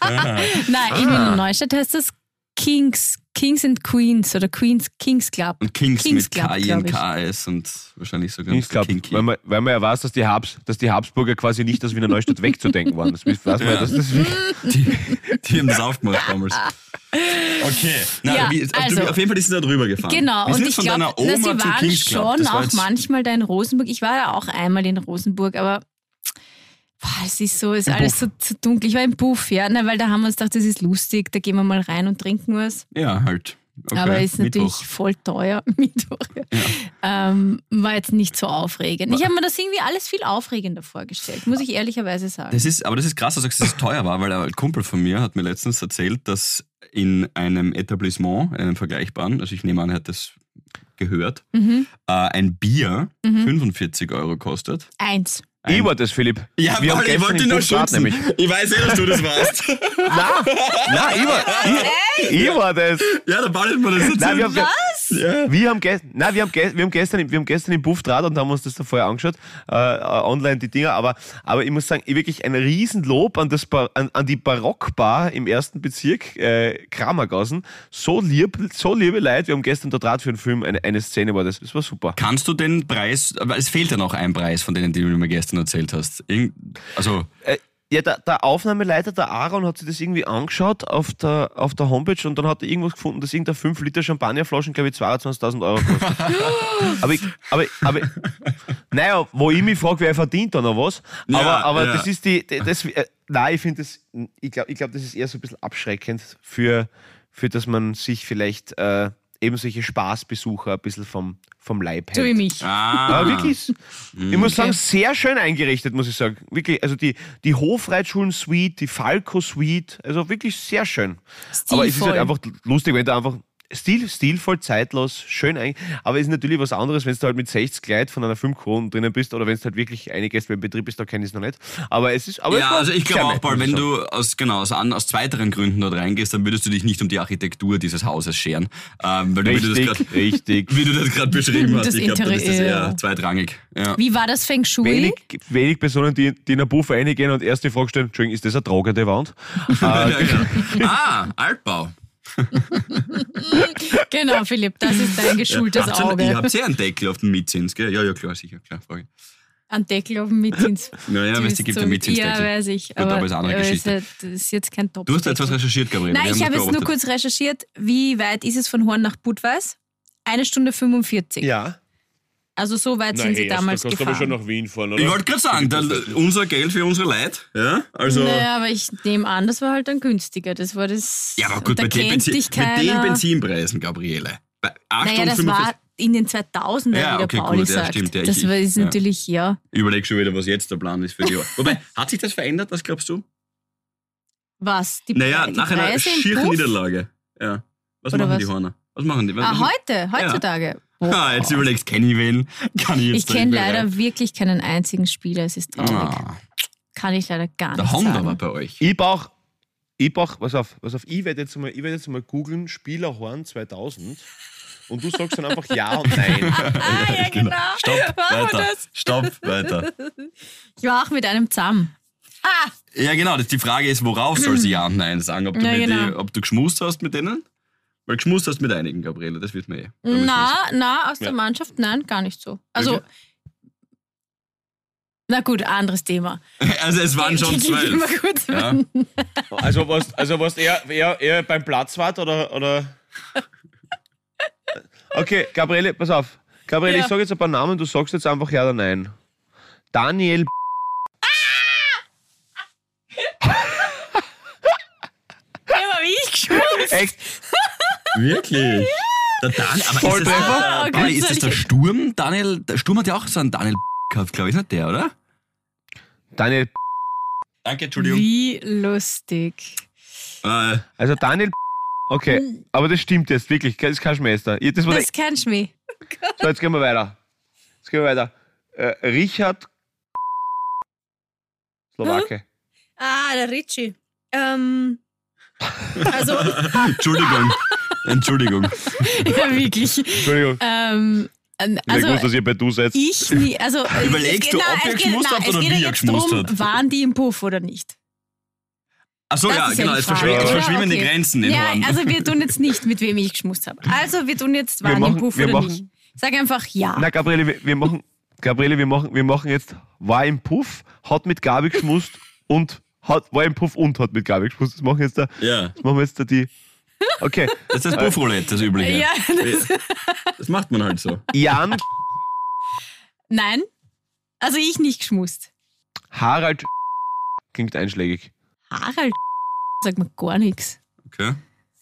Speaker 3: Nein, in
Speaker 4: Ah.
Speaker 3: Wiener Neustadt heißt das Kings, Kings and Queens oder Queens, Kings Club.
Speaker 4: Und Kings,
Speaker 3: Kings
Speaker 4: mit
Speaker 3: Club, glaub ich.
Speaker 4: K-I-N-K-S und wahrscheinlich sogar
Speaker 2: Ich glaube,
Speaker 4: Kinky.
Speaker 2: weil man, weil man ja weiß, dass die, Habs, dass die Habsburger quasi nicht aus Wiener Neustadt wegzudenken waren. Das weiß man ja. dass das
Speaker 4: Die, die haben das aufgemacht damals. Okay. Na,
Speaker 3: Ja,
Speaker 4: wie, auf-
Speaker 3: also-
Speaker 4: auf jeden Fall ist sie da drüber gefahren.
Speaker 3: Genau,
Speaker 4: Wir
Speaker 3: und
Speaker 4: sind
Speaker 3: ich
Speaker 4: von
Speaker 3: glaube,
Speaker 4: deiner
Speaker 3: sie
Speaker 4: Oma
Speaker 3: waren
Speaker 4: zu Kings Club.
Speaker 3: schon
Speaker 4: Das war
Speaker 3: auch
Speaker 4: jetzt-
Speaker 3: manchmal da in Rosenburg. Ich war da auch einmal in Rosenburg, aber boah, es ist so, es ist alles so, so dunkel. Ich war im Puff, ja, na, weil da haben wir uns gedacht, das ist lustig, da gehen wir mal rein und trinken was.
Speaker 4: Ja, halt. Okay.
Speaker 3: aber ist natürlich
Speaker 4: Mittwoch.
Speaker 3: voll teuer. Mittwoch. Ähm, war jetzt nicht so aufregend. Ich habe mir das irgendwie alles viel aufregender vorgestellt, muss ich ehrlicherweise sagen.
Speaker 4: Das ist, aber das ist krass, dass du sagst, dass es teuer war, weil ein Kumpel von mir hat mir letztens erzählt, dass in einem Etablissement, einem vergleichbaren, also ich nehme an, er hat das gehört,
Speaker 3: Mhm.
Speaker 4: äh, ein Bier
Speaker 2: Mhm.
Speaker 4: 45 Euro kostet.
Speaker 3: Eins.
Speaker 2: ich war das, Philipp. Wir haben
Speaker 4: Pauli,
Speaker 2: gestern im Buch gehabt, nämlich.
Speaker 4: Ich weiß eh, dass du das warst.
Speaker 2: Nein, nein, ich war, ich, ich war das.
Speaker 4: ja, der Pauli hat mir das erzählt.
Speaker 2: Nein, wir haben, ge-
Speaker 4: ja.
Speaker 2: wir haben, gest, nein, wir haben, gest, wir haben gestern, im- wir haben gestern im Buff draht und haben uns das da vorher angeschaut, äh, äh, online die Dinger, aber, aber ich muss sagen, ich wirklich ein Riesenlob an, das Bar, an, an die Barockbar im ersten Bezirk, äh, Kramergassen. So lieb, so liebe Leute, wir haben gestern da draht für einen Film, eine, eine Szene war das, das war super.
Speaker 4: Kannst du den Preis, aber es fehlt ja noch ein Preis von denen, die du mir gestern erzählt hast. Irgend, also,
Speaker 2: Äh, ja, der, der Aufnahmeleiter, der Aaron, hat sich das irgendwie angeschaut auf der, auf der Homepage und dann hat er irgendwas gefunden, dass irgendein 5 Liter Champagnerflaschen, glaube ich, 22.000 Euro kostet. aber, ich, aber, aber, naja, wo ich mich frage, wer verdient da noch was? Aber,
Speaker 4: Ja,
Speaker 2: aber
Speaker 4: ja.
Speaker 2: das ist die, die- das, äh, nein, ich finde das, ich glaube, ich glaub, das ist eher so ein bisschen abschreckend für, für dass man sich vielleicht äh, eben solche Spaßbesucher ein bisschen vom, vom Leib hält.
Speaker 3: So wie mich.
Speaker 2: Aber
Speaker 4: ah,
Speaker 2: wirklich,
Speaker 4: Mhm.
Speaker 2: ich muss sagen, sehr schön eingerichtet, muss ich sagen. Wirklich, also die, die Hofreitschulen-Suite, die Falco-Suite, also wirklich sehr schön. Aber es ist halt
Speaker 3: Stilvoll.
Speaker 2: einfach lustig, wenn da einfach stil, stilvoll, zeitlos, schön ein. Aber es ist natürlich was anderes, wenn du halt mit 60 Kleid von einer 5 Kronen drinnen bist oder wenn du halt wirklich einiges, wenn Betrieb ist, da kenne ich es noch nicht. Aber es ist, aber es
Speaker 4: Ja,
Speaker 2: war
Speaker 4: also ich
Speaker 2: sehr
Speaker 4: glaube auch,
Speaker 2: nett,
Speaker 4: Paul,
Speaker 2: muss ich
Speaker 4: wenn
Speaker 2: sagen.
Speaker 4: du aus, genau, aus, an, aus zweiteren Gründen dort reingehst, dann würdest du dich nicht um die Architektur dieses Hauses scheren. Ähm, weil du, wie du das
Speaker 2: Richtig,
Speaker 4: grad-
Speaker 2: richtig.
Speaker 4: wie du das gerade beschrieben hast,
Speaker 3: Das
Speaker 4: ich glaube, dann ist das
Speaker 3: Interieur.
Speaker 4: eher zweitrangig. Ja.
Speaker 3: Wie war das Feng Shui?
Speaker 2: Wenig, wenig Personen, die, die in eine Buff reingehen und erst die Frage stellen, Entschuldigung, ist das eine tragende Wand? Äh,
Speaker 4: Ja, genau. Ah, Altbau.
Speaker 3: Genau, Philipp, das ist dein geschultes
Speaker 4: Habt ihr- Ihr
Speaker 3: Auge.
Speaker 4: habt ja einen Deckel auf dem Mietzins, gell? Ja, ja, klar, sicher, klar. Frage.
Speaker 3: An Deckel auf dem Mittins. Du
Speaker 4: Naja, weißt du,
Speaker 3: bist
Speaker 4: gibt
Speaker 3: so-
Speaker 4: ja Mietzinsdeckel.
Speaker 3: Ja, weiß ich.
Speaker 4: Gut, aber ist eine andere
Speaker 3: aber
Speaker 4: Geschichte.
Speaker 3: Ist halt, das ist jetzt kein top
Speaker 4: Du hast da jetzt was recherchiert, Gabriel.
Speaker 3: Nein, ich habe jetzt nur kurz recherchiert, wie weit ist es von Horn nach Budweis? Eine Stunde 45.
Speaker 2: Ja.
Speaker 3: Also so weit sind sie damals gefahren.
Speaker 2: nach Wien fahren,
Speaker 4: Ich wollte gerade sagen, da, unser Geld für unsere Leute. Ja, also.
Speaker 3: Naja, aber ich nehme an, das war halt dann günstiger. Das war das.
Speaker 4: Ja, aber gut,
Speaker 3: da
Speaker 4: bei den,
Speaker 3: kennt
Speaker 4: Benzin,
Speaker 3: dich
Speaker 4: bei den
Speaker 3: keiner.
Speaker 4: Benzinpreisen, Gabriele. Bei 8
Speaker 3: Naja, das war in den 2000ern,
Speaker 4: Ja,
Speaker 3: wie der
Speaker 4: okay,
Speaker 3: Pauli
Speaker 4: gut, ja,
Speaker 3: sagt.
Speaker 4: stimmt, ja,
Speaker 3: das
Speaker 4: ich-
Speaker 3: war,
Speaker 4: ich-
Speaker 3: ist
Speaker 4: ja.
Speaker 3: natürlich, ja.
Speaker 4: Überleg schon wieder, was jetzt der Plan ist für die Jahre. Wobei, hat sich das verändert, was glaubst du?
Speaker 3: Was? Die,
Speaker 4: Naja,
Speaker 3: die
Speaker 4: nach einer
Speaker 3: Preise im
Speaker 4: schieren
Speaker 3: Puff?
Speaker 4: Niederlage. Ja. Was
Speaker 3: Oder
Speaker 4: machen die
Speaker 3: was?
Speaker 4: Horner? Was machen die? Was,
Speaker 3: Ah,
Speaker 4: was-
Speaker 3: heute, heutzutage.
Speaker 4: Ah, jetzt überlegst, kenne ich wen? Kann ich jetzt
Speaker 3: Ich kenne
Speaker 4: da
Speaker 3: leider wirklich keinen einzigen Spieler, es ist traurig.
Speaker 4: Ah,
Speaker 3: Kann ich leider gar
Speaker 4: der
Speaker 3: nicht
Speaker 4: Honda
Speaker 3: sagen.
Speaker 4: war bei euch.
Speaker 2: Ich brauch, ich brauch, pass auf, pass auf, ich werde jetzt mal, ich werde jetzt mal googeln, Spielerhorn 2000 und du sagst dann einfach ja und nein.
Speaker 3: Ah, ja, genau. Machen
Speaker 4: Stopp,
Speaker 3: wir
Speaker 4: weiter.
Speaker 3: das.
Speaker 4: Stopp, weiter.
Speaker 3: Ich war auch mit einem zusammen. Ah,
Speaker 4: Ja, genau. Das, die Frage ist, worauf soll sie Ja und Nein sagen? Ob du,
Speaker 3: Ja,
Speaker 4: mit
Speaker 3: genau.
Speaker 4: die, ob du geschmust hast mit denen? Weil geschmust hast mit einigen, Gabriele, das wissen wir eh. Da müssen wir uns-
Speaker 3: na, na, aus
Speaker 2: Ja.
Speaker 3: der Mannschaft, nein, gar nicht so. Also,
Speaker 4: Wirklich?
Speaker 3: na gut, anderes Thema.
Speaker 4: Also es waren schon
Speaker 3: Gehen wir
Speaker 4: zwölf.
Speaker 3: kurz-
Speaker 4: Ja.
Speaker 2: Also warst also warst eher, eher, eher beim Platzwart oder, oder. Okay, Gabriele, pass auf. Gabriele,
Speaker 3: Ja.
Speaker 2: ich sage jetzt ein paar Namen, du sagst jetzt einfach ja oder nein. Daniel.
Speaker 3: Ja, aber wie ich geschmust.
Speaker 2: Echt?
Speaker 4: Wirklich? Der Dan aber ist, das,
Speaker 2: Volltreffer?
Speaker 4: der,
Speaker 3: Oh, Gott
Speaker 4: Daniel, ist
Speaker 3: sei
Speaker 4: das der
Speaker 3: Dank.
Speaker 4: Sturm? Daniel, der Sturm hat ja auch so einen Daniel gehabt, glaube ich, nicht der, oder?
Speaker 2: Daniel.
Speaker 4: Danke,
Speaker 3: Wie lustig.
Speaker 4: Äh,
Speaker 2: Also Daniel. Okay, aber das stimmt jetzt wirklich, das ist kein Schmeister. Ich- Das war
Speaker 3: Hm. Das
Speaker 2: der,
Speaker 3: ist kein Schmäh.
Speaker 2: so, jetzt gehen wir weiter. Jetzt gehen wir weiter. Äh, Richard. Slowake.
Speaker 3: Ah, der Ritchie. Ähm, also, ja,
Speaker 4: Entschuldigung. Entschuldigung.
Speaker 3: wirklich.
Speaker 2: Entschuldigung.
Speaker 3: Ähm, an-
Speaker 2: Ich also,
Speaker 3: also,
Speaker 2: gewusst, dass ihr bei du seid.
Speaker 3: ich nie. Also, äh,
Speaker 4: Überlegst du, ob
Speaker 3: na,
Speaker 4: ihr
Speaker 3: es geht-
Speaker 4: geschmust
Speaker 3: na, es
Speaker 4: habt oder
Speaker 3: geht
Speaker 4: wie
Speaker 3: ja
Speaker 4: ihr
Speaker 3: jetzt
Speaker 4: geschmust
Speaker 3: drum,
Speaker 4: habt?
Speaker 3: Waren die im Puff oder nicht?
Speaker 4: Achso,
Speaker 3: Das
Speaker 4: ja,
Speaker 3: ist ja
Speaker 4: genau.
Speaker 3: die
Speaker 4: es
Speaker 3: Frage,
Speaker 4: verschwimmen, es
Speaker 3: oder?
Speaker 4: verschwimmen die
Speaker 3: Okay.
Speaker 4: Grenzen in
Speaker 3: Ja,
Speaker 4: Horn.
Speaker 3: also wir tun jetzt nicht, mit wem ich geschmust habe. Also wir tun jetzt, waren die im
Speaker 2: machen-
Speaker 3: Puff
Speaker 2: wir
Speaker 3: oder
Speaker 2: machen-
Speaker 3: nicht. Sag einfach ja.
Speaker 2: Na, Gabriele, wir, wir machen, Gabriele, wir machen, wir machen jetzt, war im Puff, hat mit Gabi geschmust und hat, war im Puff und hat mit Gabi geschmust. Das machen jetzt da,
Speaker 4: ja,
Speaker 2: das machen wir jetzt da die. Okay,
Speaker 4: das ist das Buffroulette, das Übliche.
Speaker 3: ja, das,
Speaker 4: Das macht man halt so.
Speaker 2: Jan,
Speaker 3: nein. Also ich nicht geschmust.
Speaker 2: Harald, klingt einschlägig.
Speaker 3: Harald sagt mir gar nichts.
Speaker 4: Okay.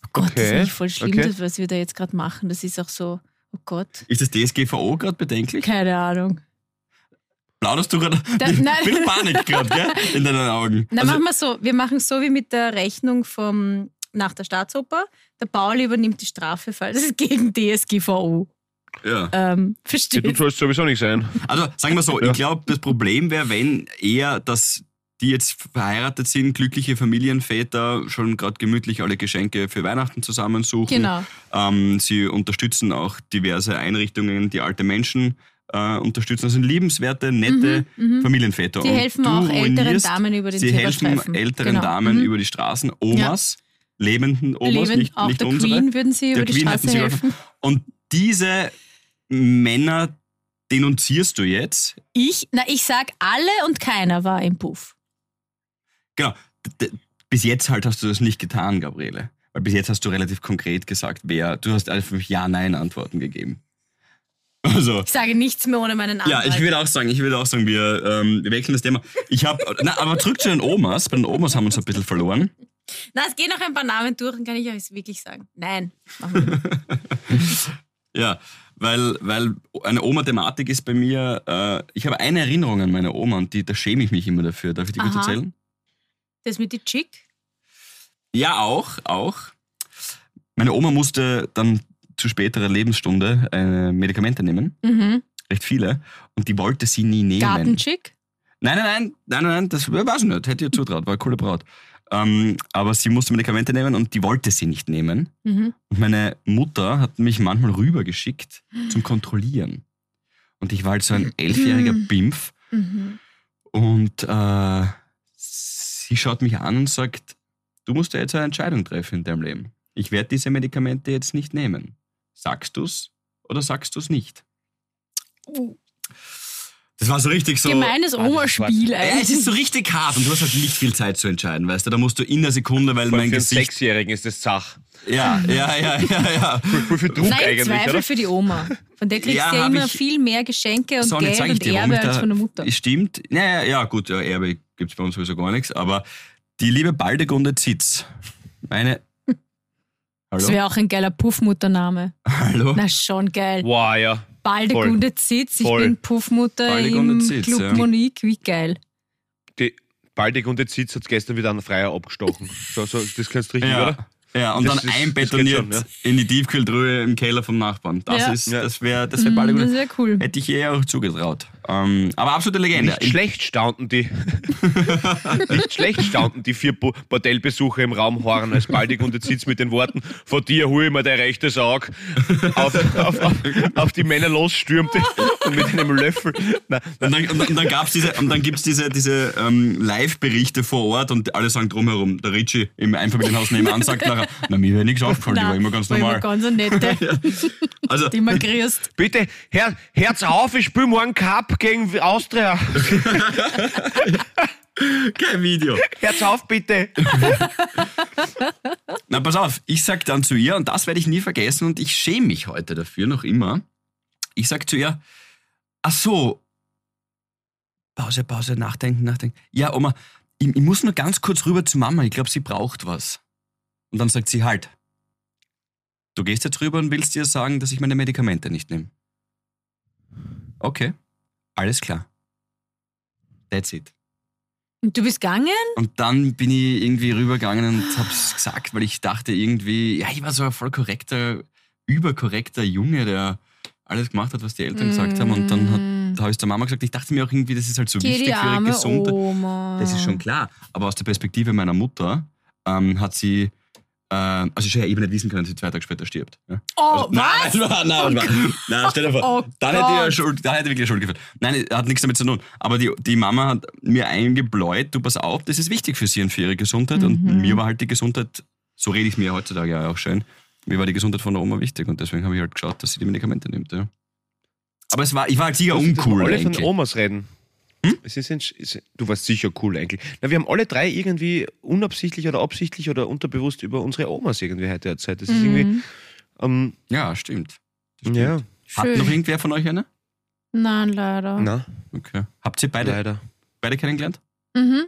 Speaker 3: Oh Gott, das
Speaker 2: Okay,
Speaker 3: ist nicht voll schlimm,
Speaker 2: okay.
Speaker 3: das, was wir da jetzt gerade machen. Das ist auch so, oh Gott,
Speaker 4: Ist das DSGVO gerade bedenklich?
Speaker 3: keine Ahnung.
Speaker 4: Plauderst du gerade
Speaker 3: Da-
Speaker 4: mit,
Speaker 3: nein.
Speaker 4: mit Panik gerade, gell? In deinen Augen.
Speaker 3: Na,
Speaker 4: Also-
Speaker 3: machen wir so. Wir machen so wie mit der Rechnung vom, nach der Staatsoper. Der Pauli übernimmt die Strafe, falls es gegen DSGVO
Speaker 4: ja.
Speaker 3: ähm,
Speaker 2: Ja, du
Speaker 3: versteht.
Speaker 2: sollst sowieso nicht sein.
Speaker 4: Also sagen wir so,
Speaker 2: Ja.
Speaker 4: ich glaube, das Problem wäre, wenn eher, dass die jetzt verheiratet sind, glückliche Familienväter, schon gerade gemütlich alle Geschenke für Weihnachten zusammensuchen.
Speaker 3: Genau.
Speaker 4: Ähm, sie unterstützen auch diverse Einrichtungen, die alte Menschen äh, unterstützen. Das sind liebenswerte, nette Familienväter.
Speaker 3: Die
Speaker 4: Und
Speaker 3: Mhm, helfen
Speaker 4: du
Speaker 3: auch älteren
Speaker 4: ruinierst-
Speaker 3: Damen über den
Speaker 4: Sie helfen
Speaker 3: Zebrastreifen.
Speaker 4: älteren
Speaker 3: Genau.
Speaker 4: Damen
Speaker 3: Mhm.
Speaker 4: über die Straßen, Omas, lebenden Omas,
Speaker 3: Leben,
Speaker 4: nicht,
Speaker 3: auch
Speaker 4: nicht
Speaker 3: der
Speaker 4: unsere.
Speaker 3: Queen würden sie
Speaker 4: Der
Speaker 3: über die
Speaker 4: Queen hätten
Speaker 3: Straße
Speaker 4: sie
Speaker 3: helfen.
Speaker 4: geholfen. Und diese Männer denunzierst du jetzt.
Speaker 3: Ich, na, ich sag alle und keiner war im Puff.
Speaker 4: Genau. D- d- Bis jetzt halt hast du das nicht getan, Gabriele. Weil bis jetzt hast du relativ konkret gesagt, wer. Du hast einfach Ja-Nein-Antworten gegeben. Also.
Speaker 3: Ich sage nichts mehr ohne meinen Anwalt.
Speaker 4: Ja, ich würde auch sagen, ich würde auch sagen, wir, ähm, wir wechseln das Thema. Ich habe, na, aber zurück zu den Omas. Bei den Omas haben wir uns ein bisschen verloren.
Speaker 3: Na, es gehen noch ein paar Namen durch und kann ich euch wirklich sagen. Nein. machen wir nicht.
Speaker 4: Ja, weil, weil eine Oma-Thematik ist bei mir, äh, ich habe eine Erinnerung an meine Oma und die, da schäme ich mich immer dafür. Darf ich die kurz
Speaker 3: Aha.
Speaker 4: erzählen?
Speaker 3: Das mit die Chick?
Speaker 4: Ja, auch, auch. Meine Oma musste dann zu späterer Lebensstunde äh, Medikamente nehmen,
Speaker 3: Mhm.
Speaker 4: recht viele, und die wollte sie nie nehmen.
Speaker 3: Gartenchick?
Speaker 4: Nein, nein, nein, nein, nein, nein, das weiß ich nicht, hätte ihr zutraut, war eine coole Braut. Ähm, aber sie musste Medikamente nehmen und die wollte sie nicht nehmen.
Speaker 3: Mhm.
Speaker 4: Und meine Mutter hat mich manchmal rübergeschickt zum Kontrollieren. Und ich war halt so ein elfjähriger
Speaker 3: Mhm.
Speaker 4: Bimpf
Speaker 3: Mhm.
Speaker 4: und äh, sie schaut mich an und sagt, du musst ja jetzt eine Entscheidung treffen in deinem Leben. Ich werde diese Medikamente jetzt nicht nehmen. Sagst du's oder sagst du's nicht?
Speaker 3: Uh,
Speaker 4: Das war so richtig so. Ah,
Speaker 3: Gemeines Oma-Spiel
Speaker 4: Ja, es ist
Speaker 3: eigentlich.
Speaker 4: so richtig hart und du hast halt nicht viel Zeit zu entscheiden, weißt du? Da musst du in der Sekunde, weil mein
Speaker 2: Für einen
Speaker 4: Gesicht.
Speaker 2: Sechsjährigen ist das Zach.
Speaker 4: Ja, ja, ja, ja, ja.
Speaker 2: Voll viel Druck
Speaker 3: Nein, im
Speaker 2: eigentlich,
Speaker 3: Zweifel
Speaker 2: oder?
Speaker 3: für die Oma. Von der kriegst
Speaker 4: Ja,
Speaker 3: du ja
Speaker 4: hab
Speaker 3: immer
Speaker 4: ich-
Speaker 3: viel mehr Geschenke und
Speaker 4: So, und
Speaker 3: Geld
Speaker 4: jetzt sag ich
Speaker 3: und
Speaker 4: dir, warum
Speaker 3: Erbe
Speaker 4: ich da-
Speaker 3: als von der Mutter.
Speaker 4: Stimmt. Ja, ja, ja gut, ja, Erbe gibt es bei uns sowieso gar nichts, aber die liebe Baldegunde Zitz, meine.
Speaker 3: Das
Speaker 4: Hallo?
Speaker 3: wäre auch ein geiler Puffmuttername.
Speaker 4: Hallo?
Speaker 3: Na schon geil.
Speaker 2: Wow, ja.
Speaker 3: Baldegunde Zitz, ich
Speaker 2: Voll.
Speaker 3: bin Puffmutter
Speaker 4: Baldegunde
Speaker 3: im
Speaker 4: Zitz,
Speaker 3: Club
Speaker 4: ja.
Speaker 3: Monique, wie geil.
Speaker 2: Die Baldig und der Zitz hat gestern wieder einen Freier abgestochen. So, so, das kannst du richtig,
Speaker 4: Ja.
Speaker 2: oder?
Speaker 4: Ja, und
Speaker 2: Das
Speaker 4: dann
Speaker 2: ist- das
Speaker 4: einbetoniert
Speaker 2: geht schon,
Speaker 4: in die Tiefkühltruhe im Keller vom Nachbarn. Das
Speaker 3: Ja. Mm,
Speaker 4: ist,
Speaker 2: Ja.
Speaker 4: das wäre, das wäre bald
Speaker 3: Mhm, Das
Speaker 4: gut.
Speaker 3: wäre cool.
Speaker 4: Hätte ich ihr auch zugetraut. Ähm, aber absolute Legende.
Speaker 2: Nicht schlecht staunten die. nicht schlecht staunten die vier Bo- Bordellbesucher im Raum Horn als Baldig und jetzt sitzt mit den Worten, vor dir hole ich mir dein rechtes Auge auf, auf, auf, auf die Männer losstürmte und mit einem Löffel. Nein,
Speaker 4: Und dann, und dann- und dann gab's diese, und dann gibt's diese, diese ähm, Live-Berichte vor Ort und alle sagen drumherum. Der Ritchie im Einfamilienhaus nebenan sagt nachher, na, mir wäre nichts aufgefallen, die war immer ganz
Speaker 3: war
Speaker 4: normal.
Speaker 3: Immer ganz eine nette,
Speaker 4: Also,
Speaker 3: die man grüßt.
Speaker 2: Bitte, Herr, Herz auf, ich spiele morgen Cup gegen Austria.
Speaker 4: kein Video.
Speaker 2: Herz auf, bitte.
Speaker 4: Na, pass auf, ich sag dann zu ihr, und das werde ich nie vergessen, und ich schäme mich heute dafür noch immer. Ich sag zu ihr, ach so, Pause, Pause, nachdenken, nachdenken. Ja, Oma, ich, ich muss nur ganz kurz rüber zu Mama, ich glaube, sie braucht was. Und dann sagt sie, halt, du gehst jetzt rüber und willst ihr sagen, dass ich meine Medikamente nicht nehme. Okay, alles klar. That's it.
Speaker 3: Und du bist gegangen?
Speaker 4: Und dann bin ich irgendwie rübergegangen und hab's gesagt, weil ich dachte irgendwie, ja, ich war so ein voll korrekter, überkorrekter Junge, der alles gemacht hat, was die Eltern gesagt haben. Und dann hat da habe ich der Mama gesagt, ich dachte mir auch irgendwie, das ist halt so
Speaker 3: Mm. Mhm. Geh die
Speaker 4: wichtig für ihre
Speaker 3: arme um.
Speaker 4: Gesundheit.
Speaker 3: Oma.
Speaker 4: Das ist schon klar. Aber aus der Perspektive meiner Mutter ähm, hat sie, ähm, also ich hätte ja eben nicht wissen können, dass sie zwei Tage später stirbt. Ja.
Speaker 3: Oh,
Speaker 4: Also, Nein,
Speaker 3: was?
Speaker 4: Nein, nein, nein, nein, stell dir vor,
Speaker 3: Oh
Speaker 4: dann hätte ich ja
Speaker 3: Gott.
Speaker 4: Schuld, dann hätte ich wirklich Schuld geführt. Nein, hat nichts damit zu tun. Aber die, die Mama hat mir eingebläut, du pass auf, das ist wichtig für sie und für ihre Gesundheit. Und
Speaker 3: Mhm.
Speaker 4: mir war halt die Gesundheit, so rede ich mir heutzutage ja auch schön, mir war die Gesundheit von der Oma wichtig und deswegen habe ich halt geschaut, dass sie die Medikamente nimmt. Ja. Aber es war, ich war halt sicher uncool.
Speaker 2: alle von
Speaker 4: Enkel.
Speaker 2: Omas reden. Es ist ein, Sch- es- du warst sicher cool, Enkel. Na, wir haben alle drei irgendwie unabsichtlich oder absichtlich oder unterbewusst über unsere Omas irgendwie heute erzählt. Das ist
Speaker 3: Mhm.
Speaker 2: irgendwie. Ähm,
Speaker 4: Ja, stimmt.
Speaker 2: ja,
Speaker 4: Hat
Speaker 3: Schön.
Speaker 4: noch irgendwer von euch eine?
Speaker 3: Nein, leider.
Speaker 2: na,
Speaker 4: Okay. Habt ihr beide,
Speaker 2: leider.
Speaker 4: beide kennengelernt?
Speaker 3: Mhm.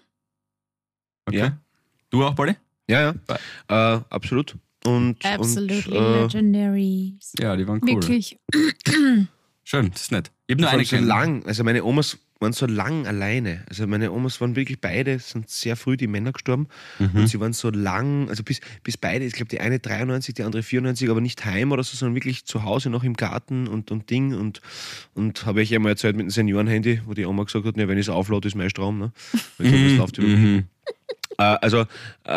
Speaker 4: Okay.
Speaker 2: Ja.
Speaker 4: Du auch, Polly?
Speaker 2: Ja, ja. Äh, absolut. Und,
Speaker 3: Absolutely
Speaker 2: und äh,
Speaker 3: legendary.
Speaker 4: Ja, die waren
Speaker 3: Wirklich.
Speaker 4: Schön, das ist nett. Ich habe
Speaker 2: vor
Speaker 4: nur eine
Speaker 2: allem so lang. Also meine Omas waren so lang alleine. Also meine Omas waren wirklich beide, sind sehr früh die Männer gestorben.
Speaker 4: Mhm.
Speaker 2: Und sie waren so lang, also bis, bis beide, ich glaube die eine 93, die andere 94, aber nicht heim oder so, sondern wirklich zu Hause noch im Garten und, und Ding. Und, und habe ich einmal erzählt mit dem Seniorenhandy, wo die Oma gesagt hat, ja, wenn ich es auflade, ist mein Strom. Ne? Weil ich hab das aufgehört.
Speaker 4: Mhm.
Speaker 2: Äh, also, äh,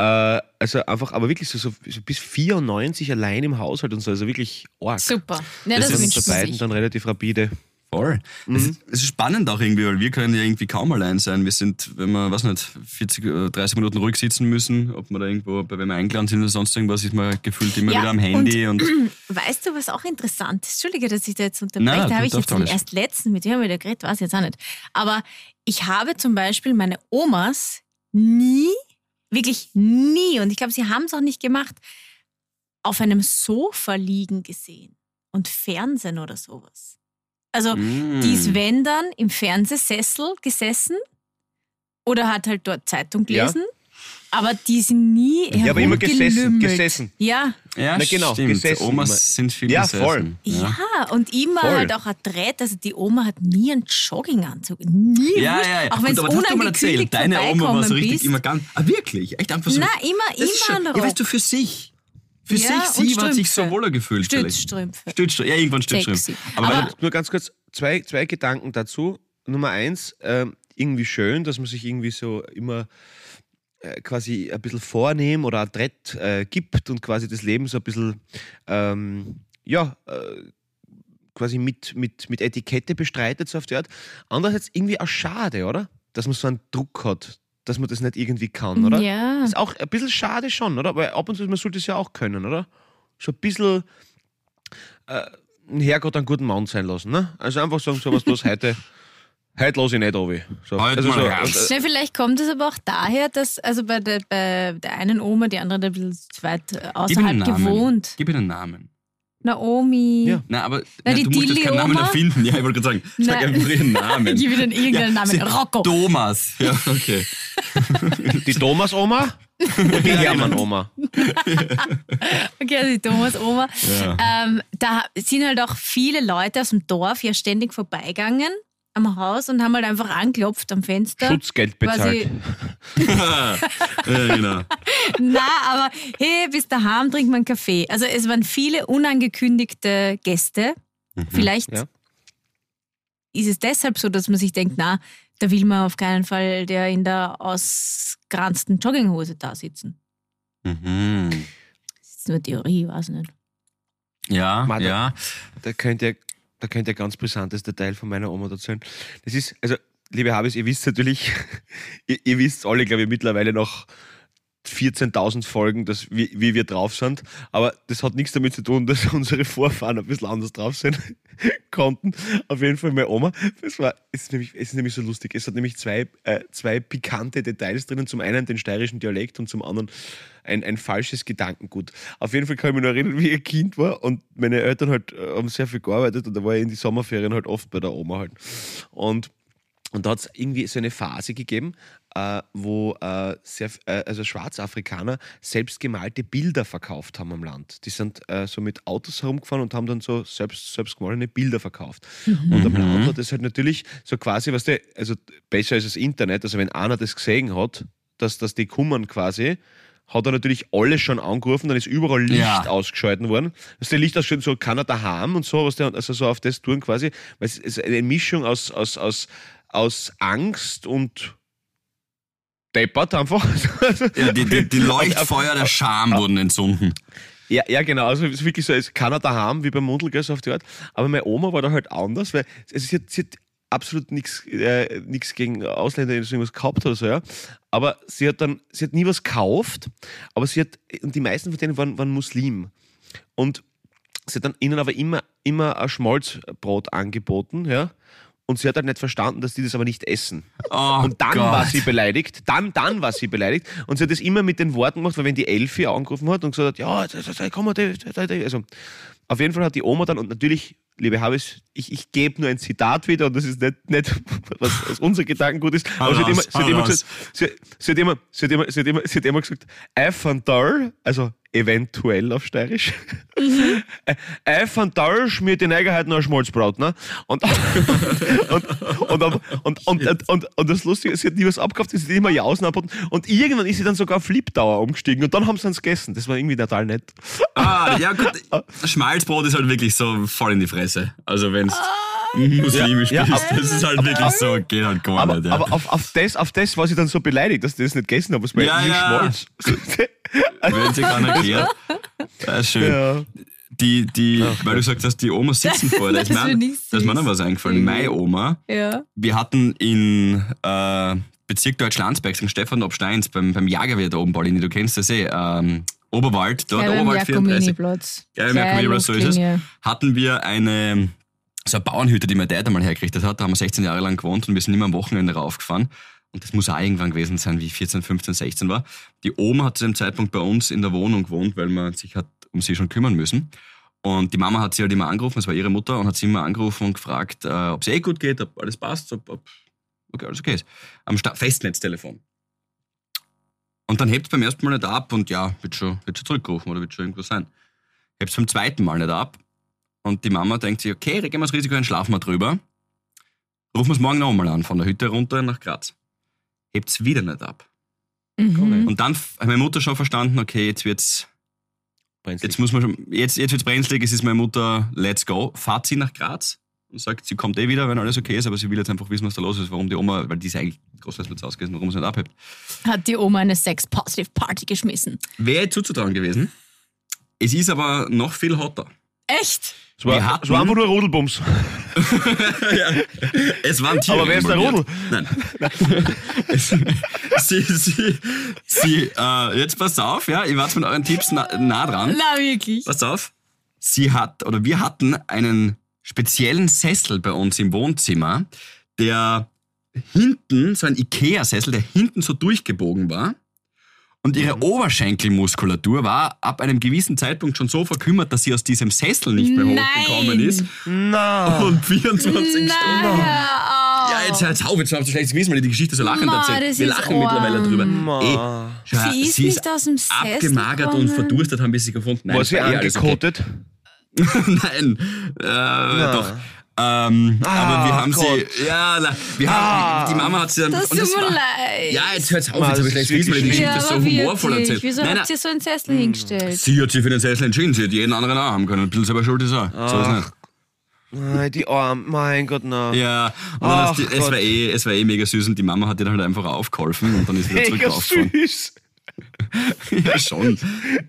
Speaker 2: also einfach, aber wirklich so, so, so bis 94 allein im Haushalt und so, also wirklich arg.
Speaker 3: Super. Ja,
Speaker 2: Das
Speaker 3: das,
Speaker 4: Das
Speaker 2: sind
Speaker 3: wünscht
Speaker 2: unsere
Speaker 3: sie
Speaker 2: beiden
Speaker 3: sich.
Speaker 2: dann relativ rapide.
Speaker 4: Voll.
Speaker 2: Mhm.
Speaker 4: Es ist, es ist spannend auch irgendwie, weil wir können ja irgendwie kaum allein sein. Wir sind, wenn wir, weiß nicht, 40, äh, 30 Minuten ruhig sitzen müssen, ob wir da irgendwo, bei wem wir eingeladen sind oder sonst irgendwas, ist man gefühlt immer
Speaker 3: Ja,
Speaker 4: wieder am Handy und,
Speaker 3: Weißt du, was auch interessant ist? Entschuldige, dass ich da jetzt unterbreche.
Speaker 4: Nein,
Speaker 3: da habe ich
Speaker 4: darf
Speaker 3: jetzt
Speaker 4: doch nicht.
Speaker 3: erst letzten mit dir haben wir da geredet, weiß ich jetzt auch nicht. Aber ich habe zum Beispiel meine Omas nie, wirklich nie, und ich glaube, sie haben es auch nicht gemacht, auf einem Sofa liegen gesehen und Fernsehen oder sowas. Also,
Speaker 4: Mm.
Speaker 3: die ist, wenn dann, im Fernsehsessel gesessen oder hat halt dort Zeitung
Speaker 2: Ja.
Speaker 3: gelesen, aber die sind nie
Speaker 2: Ja, aber immer gesessen,
Speaker 3: herumgelümmelt.
Speaker 2: gesessen.
Speaker 3: Ja,
Speaker 4: ja,
Speaker 2: Na genau,
Speaker 4: stimmt.
Speaker 2: gesessen.
Speaker 4: Omas sind viel
Speaker 2: Ja,
Speaker 4: gesessen.
Speaker 2: voll.
Speaker 3: Ja, und immer
Speaker 2: Voll.
Speaker 3: halt auch ein Dreht. Also die Oma hat nie einen Jogginganzug. Nie.
Speaker 4: Ja,
Speaker 3: wurscht.
Speaker 4: ja, ja.
Speaker 3: Auch wenn es
Speaker 4: Gut, aber das hast du mal
Speaker 3: unangekündigt
Speaker 4: erzählt. Deine Oma war so
Speaker 3: vorbeikommen
Speaker 4: richtig
Speaker 3: bist.
Speaker 4: immer ganz. Ah, wirklich? Echt einfach so.
Speaker 3: Na, immer,
Speaker 4: das ist schon,
Speaker 3: immer
Speaker 4: ja,
Speaker 3: noch.
Speaker 4: weißt du, für sich. Für
Speaker 3: Ja, und
Speaker 4: sich, sie hat sich so
Speaker 3: Strümpfe.
Speaker 4: wohler gefühlt. vielleicht.
Speaker 3: Stützstrümpfe.
Speaker 4: Stützstrümpfe. Ja, irgendwann Stützstrümpfe.
Speaker 3: Sexy.
Speaker 4: Aber,
Speaker 3: Aber-
Speaker 4: aber
Speaker 2: Nur ganz kurz zwei, zwei Gedanken dazu. Nummer eins, ähm, irgendwie schön, dass man sich irgendwie so immer äh, quasi ein bisschen vornehm oder ein Drett äh, gibt und quasi das Leben so ein bisschen, ähm, ja, äh, quasi mit, mit, mit Etikette bestreitet, so auf die Art. Andererseits irgendwie auch schade, oder? Dass man so einen Druck hat, dass man das nicht irgendwie kann, oder?
Speaker 3: Ja.
Speaker 2: Ist auch ein bisschen schade schon, oder? Weil ab und zu, man sollte es ja auch können, oder? So ein bisschen äh, ein Herrgott einen guten Mann sein lassen, ne? Also einfach sagen, so was bloß heute, heute lasse ich nicht, Obi. So.
Speaker 4: Heute
Speaker 2: also
Speaker 4: mal
Speaker 2: so,
Speaker 4: raus.
Speaker 2: und, äh,
Speaker 3: Ne, vielleicht kommt es aber auch daher, dass also bei der, bei der einen Oma, die andere hat ein bisschen weit äh,
Speaker 4: gib ihnen einen
Speaker 3: außerhalb
Speaker 4: Namen.
Speaker 3: gewohnt.
Speaker 4: Gib ihnen einen Namen.
Speaker 3: Naomi.
Speaker 2: Ja.
Speaker 4: Na, aber
Speaker 3: Na,
Speaker 4: na,
Speaker 3: die
Speaker 4: du musst jetzt keinen
Speaker 3: Dilli-Oma?
Speaker 4: Namen erfinden. Ja, ich wollte gerade sagen, sag
Speaker 3: Nein.
Speaker 4: einfach ihren Namen.
Speaker 3: Gib ihnen irgendeinen Namen.
Speaker 4: sie-
Speaker 3: Rocco.
Speaker 4: Thomas. Ja, okay.
Speaker 2: die Thomas-Oma und die Hermann-Oma.
Speaker 3: Okay, also die Thomas Oma.
Speaker 4: Ja.
Speaker 3: Ähm, da sind halt auch viele Leute aus dem Dorf ja ständig vorbeigegangen am Haus und haben halt einfach angeklopft am Fenster.
Speaker 2: Schutzgeld bezahlt.
Speaker 3: Quasi,
Speaker 4: ja, genau.
Speaker 3: Na, aber hey, bis daheim trinkt man Kaffee. Also es waren viele unangekündigte Gäste. Vielleicht
Speaker 2: ja.
Speaker 3: ist es deshalb so, dass man sich denkt, na, da will man auf keinen Fall der in der ausgeranzten Jogginghose da sitzen.
Speaker 4: Mhm.
Speaker 3: Das ist nur Theorie, ich weiß nicht.
Speaker 4: Ja,
Speaker 2: Warte.
Speaker 4: ja.
Speaker 2: Da könnte ja, da könnte ja ganz brisantes Detail von meiner Oma dazu sein. Das ist, also, liebe Habis, ihr wisst natürlich, ihr, ihr wisst alle, glaube ich, mittlerweile noch 14.000 Folgen, dass, wie, wie wir drauf sind. Aber das hat nichts damit zu tun, dass unsere Vorfahren ein bisschen anders drauf sein konnten. Auf jeden Fall meine Oma. Das war, es ist nämlich, es ist nämlich so lustig. Es hat nämlich zwei, äh, zwei pikante Details drinnen. Zum einen den steirischen Dialekt und zum anderen ein, ein falsches Gedankengut. Auf jeden Fall kann ich mich noch erinnern, wie ich ein Kind war und meine Eltern halt äh, haben sehr viel gearbeitet und da war ich in die Sommerferien halt oft bei der Oma halt. Und und da hat es irgendwie so eine Phase gegeben, äh, wo äh, sehr, f- äh, also Schwarzafrikaner selbst gemalte Bilder verkauft haben am Land. Die sind äh, so mit Autos herumgefahren und haben dann so selbst, selbst gemahlene Bilder verkauft. Und am Land hat es halt natürlich so quasi, was der, also besser als das Internet, also wenn einer das gesehen hat, dass, dass die kummern quasi, hat er natürlich alles schon angerufen, dann ist überall Licht
Speaker 4: Ja.
Speaker 2: ausgeschalten worden. Das der Licht ausgeschalten, so kann er daheim und so, was der, also so auf das tun quasi. Weil es ist eine Mischung aus, aus, aus, aus Angst und deppert einfach.
Speaker 4: ja die, die, die Leuchtfeuer der Scham wurden entzünden.
Speaker 2: Ja, ja genau, also es ist wirklich so, es kann er daheim, wie beim Mundl, gell, so auf die Art. Aber meine Oma war da halt anders, weil es sie hat, sie hat absolut nichts äh, nichts gegen Ausländer, die so irgendwas gehabt oder so, ja. Aber sie hat dann, sie hat nie was gekauft, aber sie hat, und die meisten von denen waren, waren Muslim. Und sie hat dann ihnen aber immer, immer ein Schmalzbrot angeboten, ja. Und sie hat halt nicht verstanden, dass die das aber nicht essen.
Speaker 4: Oh
Speaker 2: Und dann
Speaker 4: Gott.
Speaker 2: war sie beleidigt. Dann, dann war sie beleidigt. Und sie hat das immer mit den Worten gemacht, weil wenn die Elfi angerufen hat und gesagt hat, ja, das- das- das- komm mal, das- das- das- also auf jeden Fall hat die Oma dann, und natürlich, liebe Habis, ich, ich gebe nur ein Zitat wieder und das ist nicht, nicht was, was unser Gedankengut ist,
Speaker 4: Hau
Speaker 2: aber sie hat immer,
Speaker 4: raus,
Speaker 2: sie hat
Speaker 4: hau
Speaker 2: immer,
Speaker 4: raus.
Speaker 2: gesagt, sie, sie hat immer, sie hat immer, sie hat immer, sie hat immer gesagt, eventuell, also eventuell auf Steirisch,
Speaker 4: Mhm.
Speaker 2: eventuell schmiert die Neigerheit noch ein Schmalzbrot, ne? Und, und, und, und, und, und, und, und, und das Lustige ist, sie hat nie was abgekauft, sie hat immer Jausen abgeboten und irgendwann ist sie dann sogar auf Flipdauer umgestiegen und dann haben sie uns gegessen. Das war irgendwie total nett.
Speaker 4: Ah, ja gut. Schmalzbrot ist halt wirklich so voll in die Fresse. Also wenn es
Speaker 3: Ah.
Speaker 4: muslimisch
Speaker 2: Ja, ja,
Speaker 4: bist, das ist halt wirklich so, geht halt gar
Speaker 2: Aber,
Speaker 4: nicht. Ja.
Speaker 2: aber auf, auf, das, auf das war sie dann so beleidigt, dass die das nicht gegessen haben, was bei
Speaker 4: Ja,
Speaker 2: mir
Speaker 4: ja.
Speaker 2: Schmalz.
Speaker 4: Wenn sie keiner erklärt. Das ist schön.
Speaker 2: ja.
Speaker 4: Die, die, weil du gesagt hast, die Omas sitzen vor. Da ist
Speaker 3: Das
Speaker 4: mir,
Speaker 3: finde ich
Speaker 4: da ist mir noch
Speaker 3: süß.
Speaker 4: was eingefallen. Meine Oma,
Speaker 3: Ja.
Speaker 4: wir hatten in äh, Bezirk Deutschlandsberg, St. Stefan ob Steins, beim, beim Jagerwehr da oben, Pauline, du kennst das eh, ähm, Oberwald, dort
Speaker 3: Gleich beim
Speaker 4: Oberwald 34.
Speaker 3: Jakobiniplatz.
Speaker 4: Ja, im Jakob so ist es.
Speaker 3: Luftlinie.
Speaker 4: Hatten wir eine, so eine Bauernhütte, die mein Dad einmal hergerichtet hat. Da haben wir 16 Jahre lang gewohnt und wir sind immer am Wochenende raufgefahren. Und das muss auch irgendwann gewesen sein, wie ich 14, 15, 16 war. Die Oma hat zu dem Zeitpunkt bei uns in der Wohnung gewohnt, weil man sich hat um sie schon kümmern müssen. Und die Mama hat sie halt immer angerufen, das war ihre Mutter, und hat sie immer angerufen und gefragt, äh, ob es eh gut geht, ob alles passt, ob, ob okay, alles okay ist. Am Sta Festnetztelefon. Und dann hebt beim ersten Mal nicht ab und ja, wird schon, wird schon zurückgerufen oder wird schon irgendwas sein. Hebt beim zweiten Mal nicht ab und die Mama denkt sich, okay, regeln wir das Risiko ein, schlafen wir drüber. Rufen wir es morgen nochmal an, von der Hütte runter nach Graz. Hebt es wieder nicht ab.
Speaker 3: Mhm.
Speaker 4: Und dann f- hat meine Mutter schon verstanden, okay, jetzt wird's, jetzt muss man schon, jetzt, jetzt wird's brenzlig, es ist meine Mutter, let's go. Fahrt sie nach Graz und sagt, sie kommt eh wieder, wenn alles okay ist, aber sie will jetzt einfach wissen, was da los ist, warum die Oma, weil die ist eigentlich großteils mit ausgegessen, warum sie nicht abhebt.
Speaker 3: Hat die Oma eine Sex-Positive-Party geschmissen.
Speaker 4: Wäre zuzutrauen gewesen. Es ist aber noch viel hotter.
Speaker 3: Echt?
Speaker 2: Es war,
Speaker 4: Wir hatten-
Speaker 2: es war einfach nur ein Rudelbums.
Speaker 4: Es waren Tiere.
Speaker 2: Aber wer ist der
Speaker 4: involviert. Nein. es, sie, sie, sie, äh, jetzt passt auf, ja, ihr wart mit euren Tipps nah, nah dran.
Speaker 3: Na, wirklich.
Speaker 4: Passt auf. Sie hat, oder wir hatten einen speziellen Sessel bei uns im Wohnzimmer, der hinten, so ein Ikea-Sessel, der hinten so durchgebogen war. Und
Speaker 2: Mhm.
Speaker 4: ihre Oberschenkelmuskulatur war ab einem gewissen Zeitpunkt schon so verkümmert, dass sie aus diesem Sessel nicht mehr
Speaker 3: Nein.
Speaker 4: hochgekommen ist.
Speaker 2: Na.
Speaker 4: Und 24 Stunden.
Speaker 3: Na,
Speaker 4: Ja, jetzt hört's auf, jetzt haben sie schlechtes Gewissen, weil die die Geschichte so lachend
Speaker 3: Ma,
Speaker 4: erzählt.
Speaker 3: das
Speaker 4: Wir
Speaker 3: ist
Speaker 4: lachen mittlerweile
Speaker 3: arm.
Speaker 4: drüber.
Speaker 2: Ma.
Speaker 4: Eh, schau,
Speaker 3: Sie ist nicht aus dem Sessel
Speaker 4: abgemagert und
Speaker 3: gekommen.
Speaker 4: verdurstet, eh haben wir sie gefunden. Nein,
Speaker 2: War
Speaker 4: es
Speaker 2: sie
Speaker 4: eh alles okay.
Speaker 2: angekotet?
Speaker 4: Nein, äh, doch. Ähm, aber wir haben
Speaker 2: Ah, Gott.
Speaker 4: sie. Ja, na, wir haben, die Mama hat sie dann.
Speaker 3: Das
Speaker 4: und
Speaker 3: tut mir
Speaker 4: war-
Speaker 3: leid.
Speaker 4: Ja, jetzt hört's auf,
Speaker 2: Mann,
Speaker 4: jetzt habe
Speaker 2: das
Speaker 4: ich gleich
Speaker 2: ist wirklich
Speaker 4: Riesen, weil die
Speaker 2: schlimm.
Speaker 4: Geschichte ist so humorvoll erzählt.
Speaker 3: Wieso
Speaker 4: nein, Hm,
Speaker 3: habt
Speaker 4: nein,
Speaker 3: ihr so einen Sessel hingestellt?
Speaker 4: sie hat sich für den Sessel entschieden, sie hätte jeden anderen auch haben können. Ein bisschen selber schuld ist er. So
Speaker 2: Ah.
Speaker 4: ist nicht.
Speaker 2: Nein, die Arme, mein Gott, na.
Speaker 4: Ja, und dann
Speaker 2: Ach
Speaker 4: hast du, es,
Speaker 2: Gott.
Speaker 4: war eh, es war eh mega süß und die Mama hat ihr dann halt einfach aufgeholfen und dann ist wieder zurück
Speaker 2: Mega
Speaker 4: rausgefahren.
Speaker 2: süß.
Speaker 4: Ja, schon.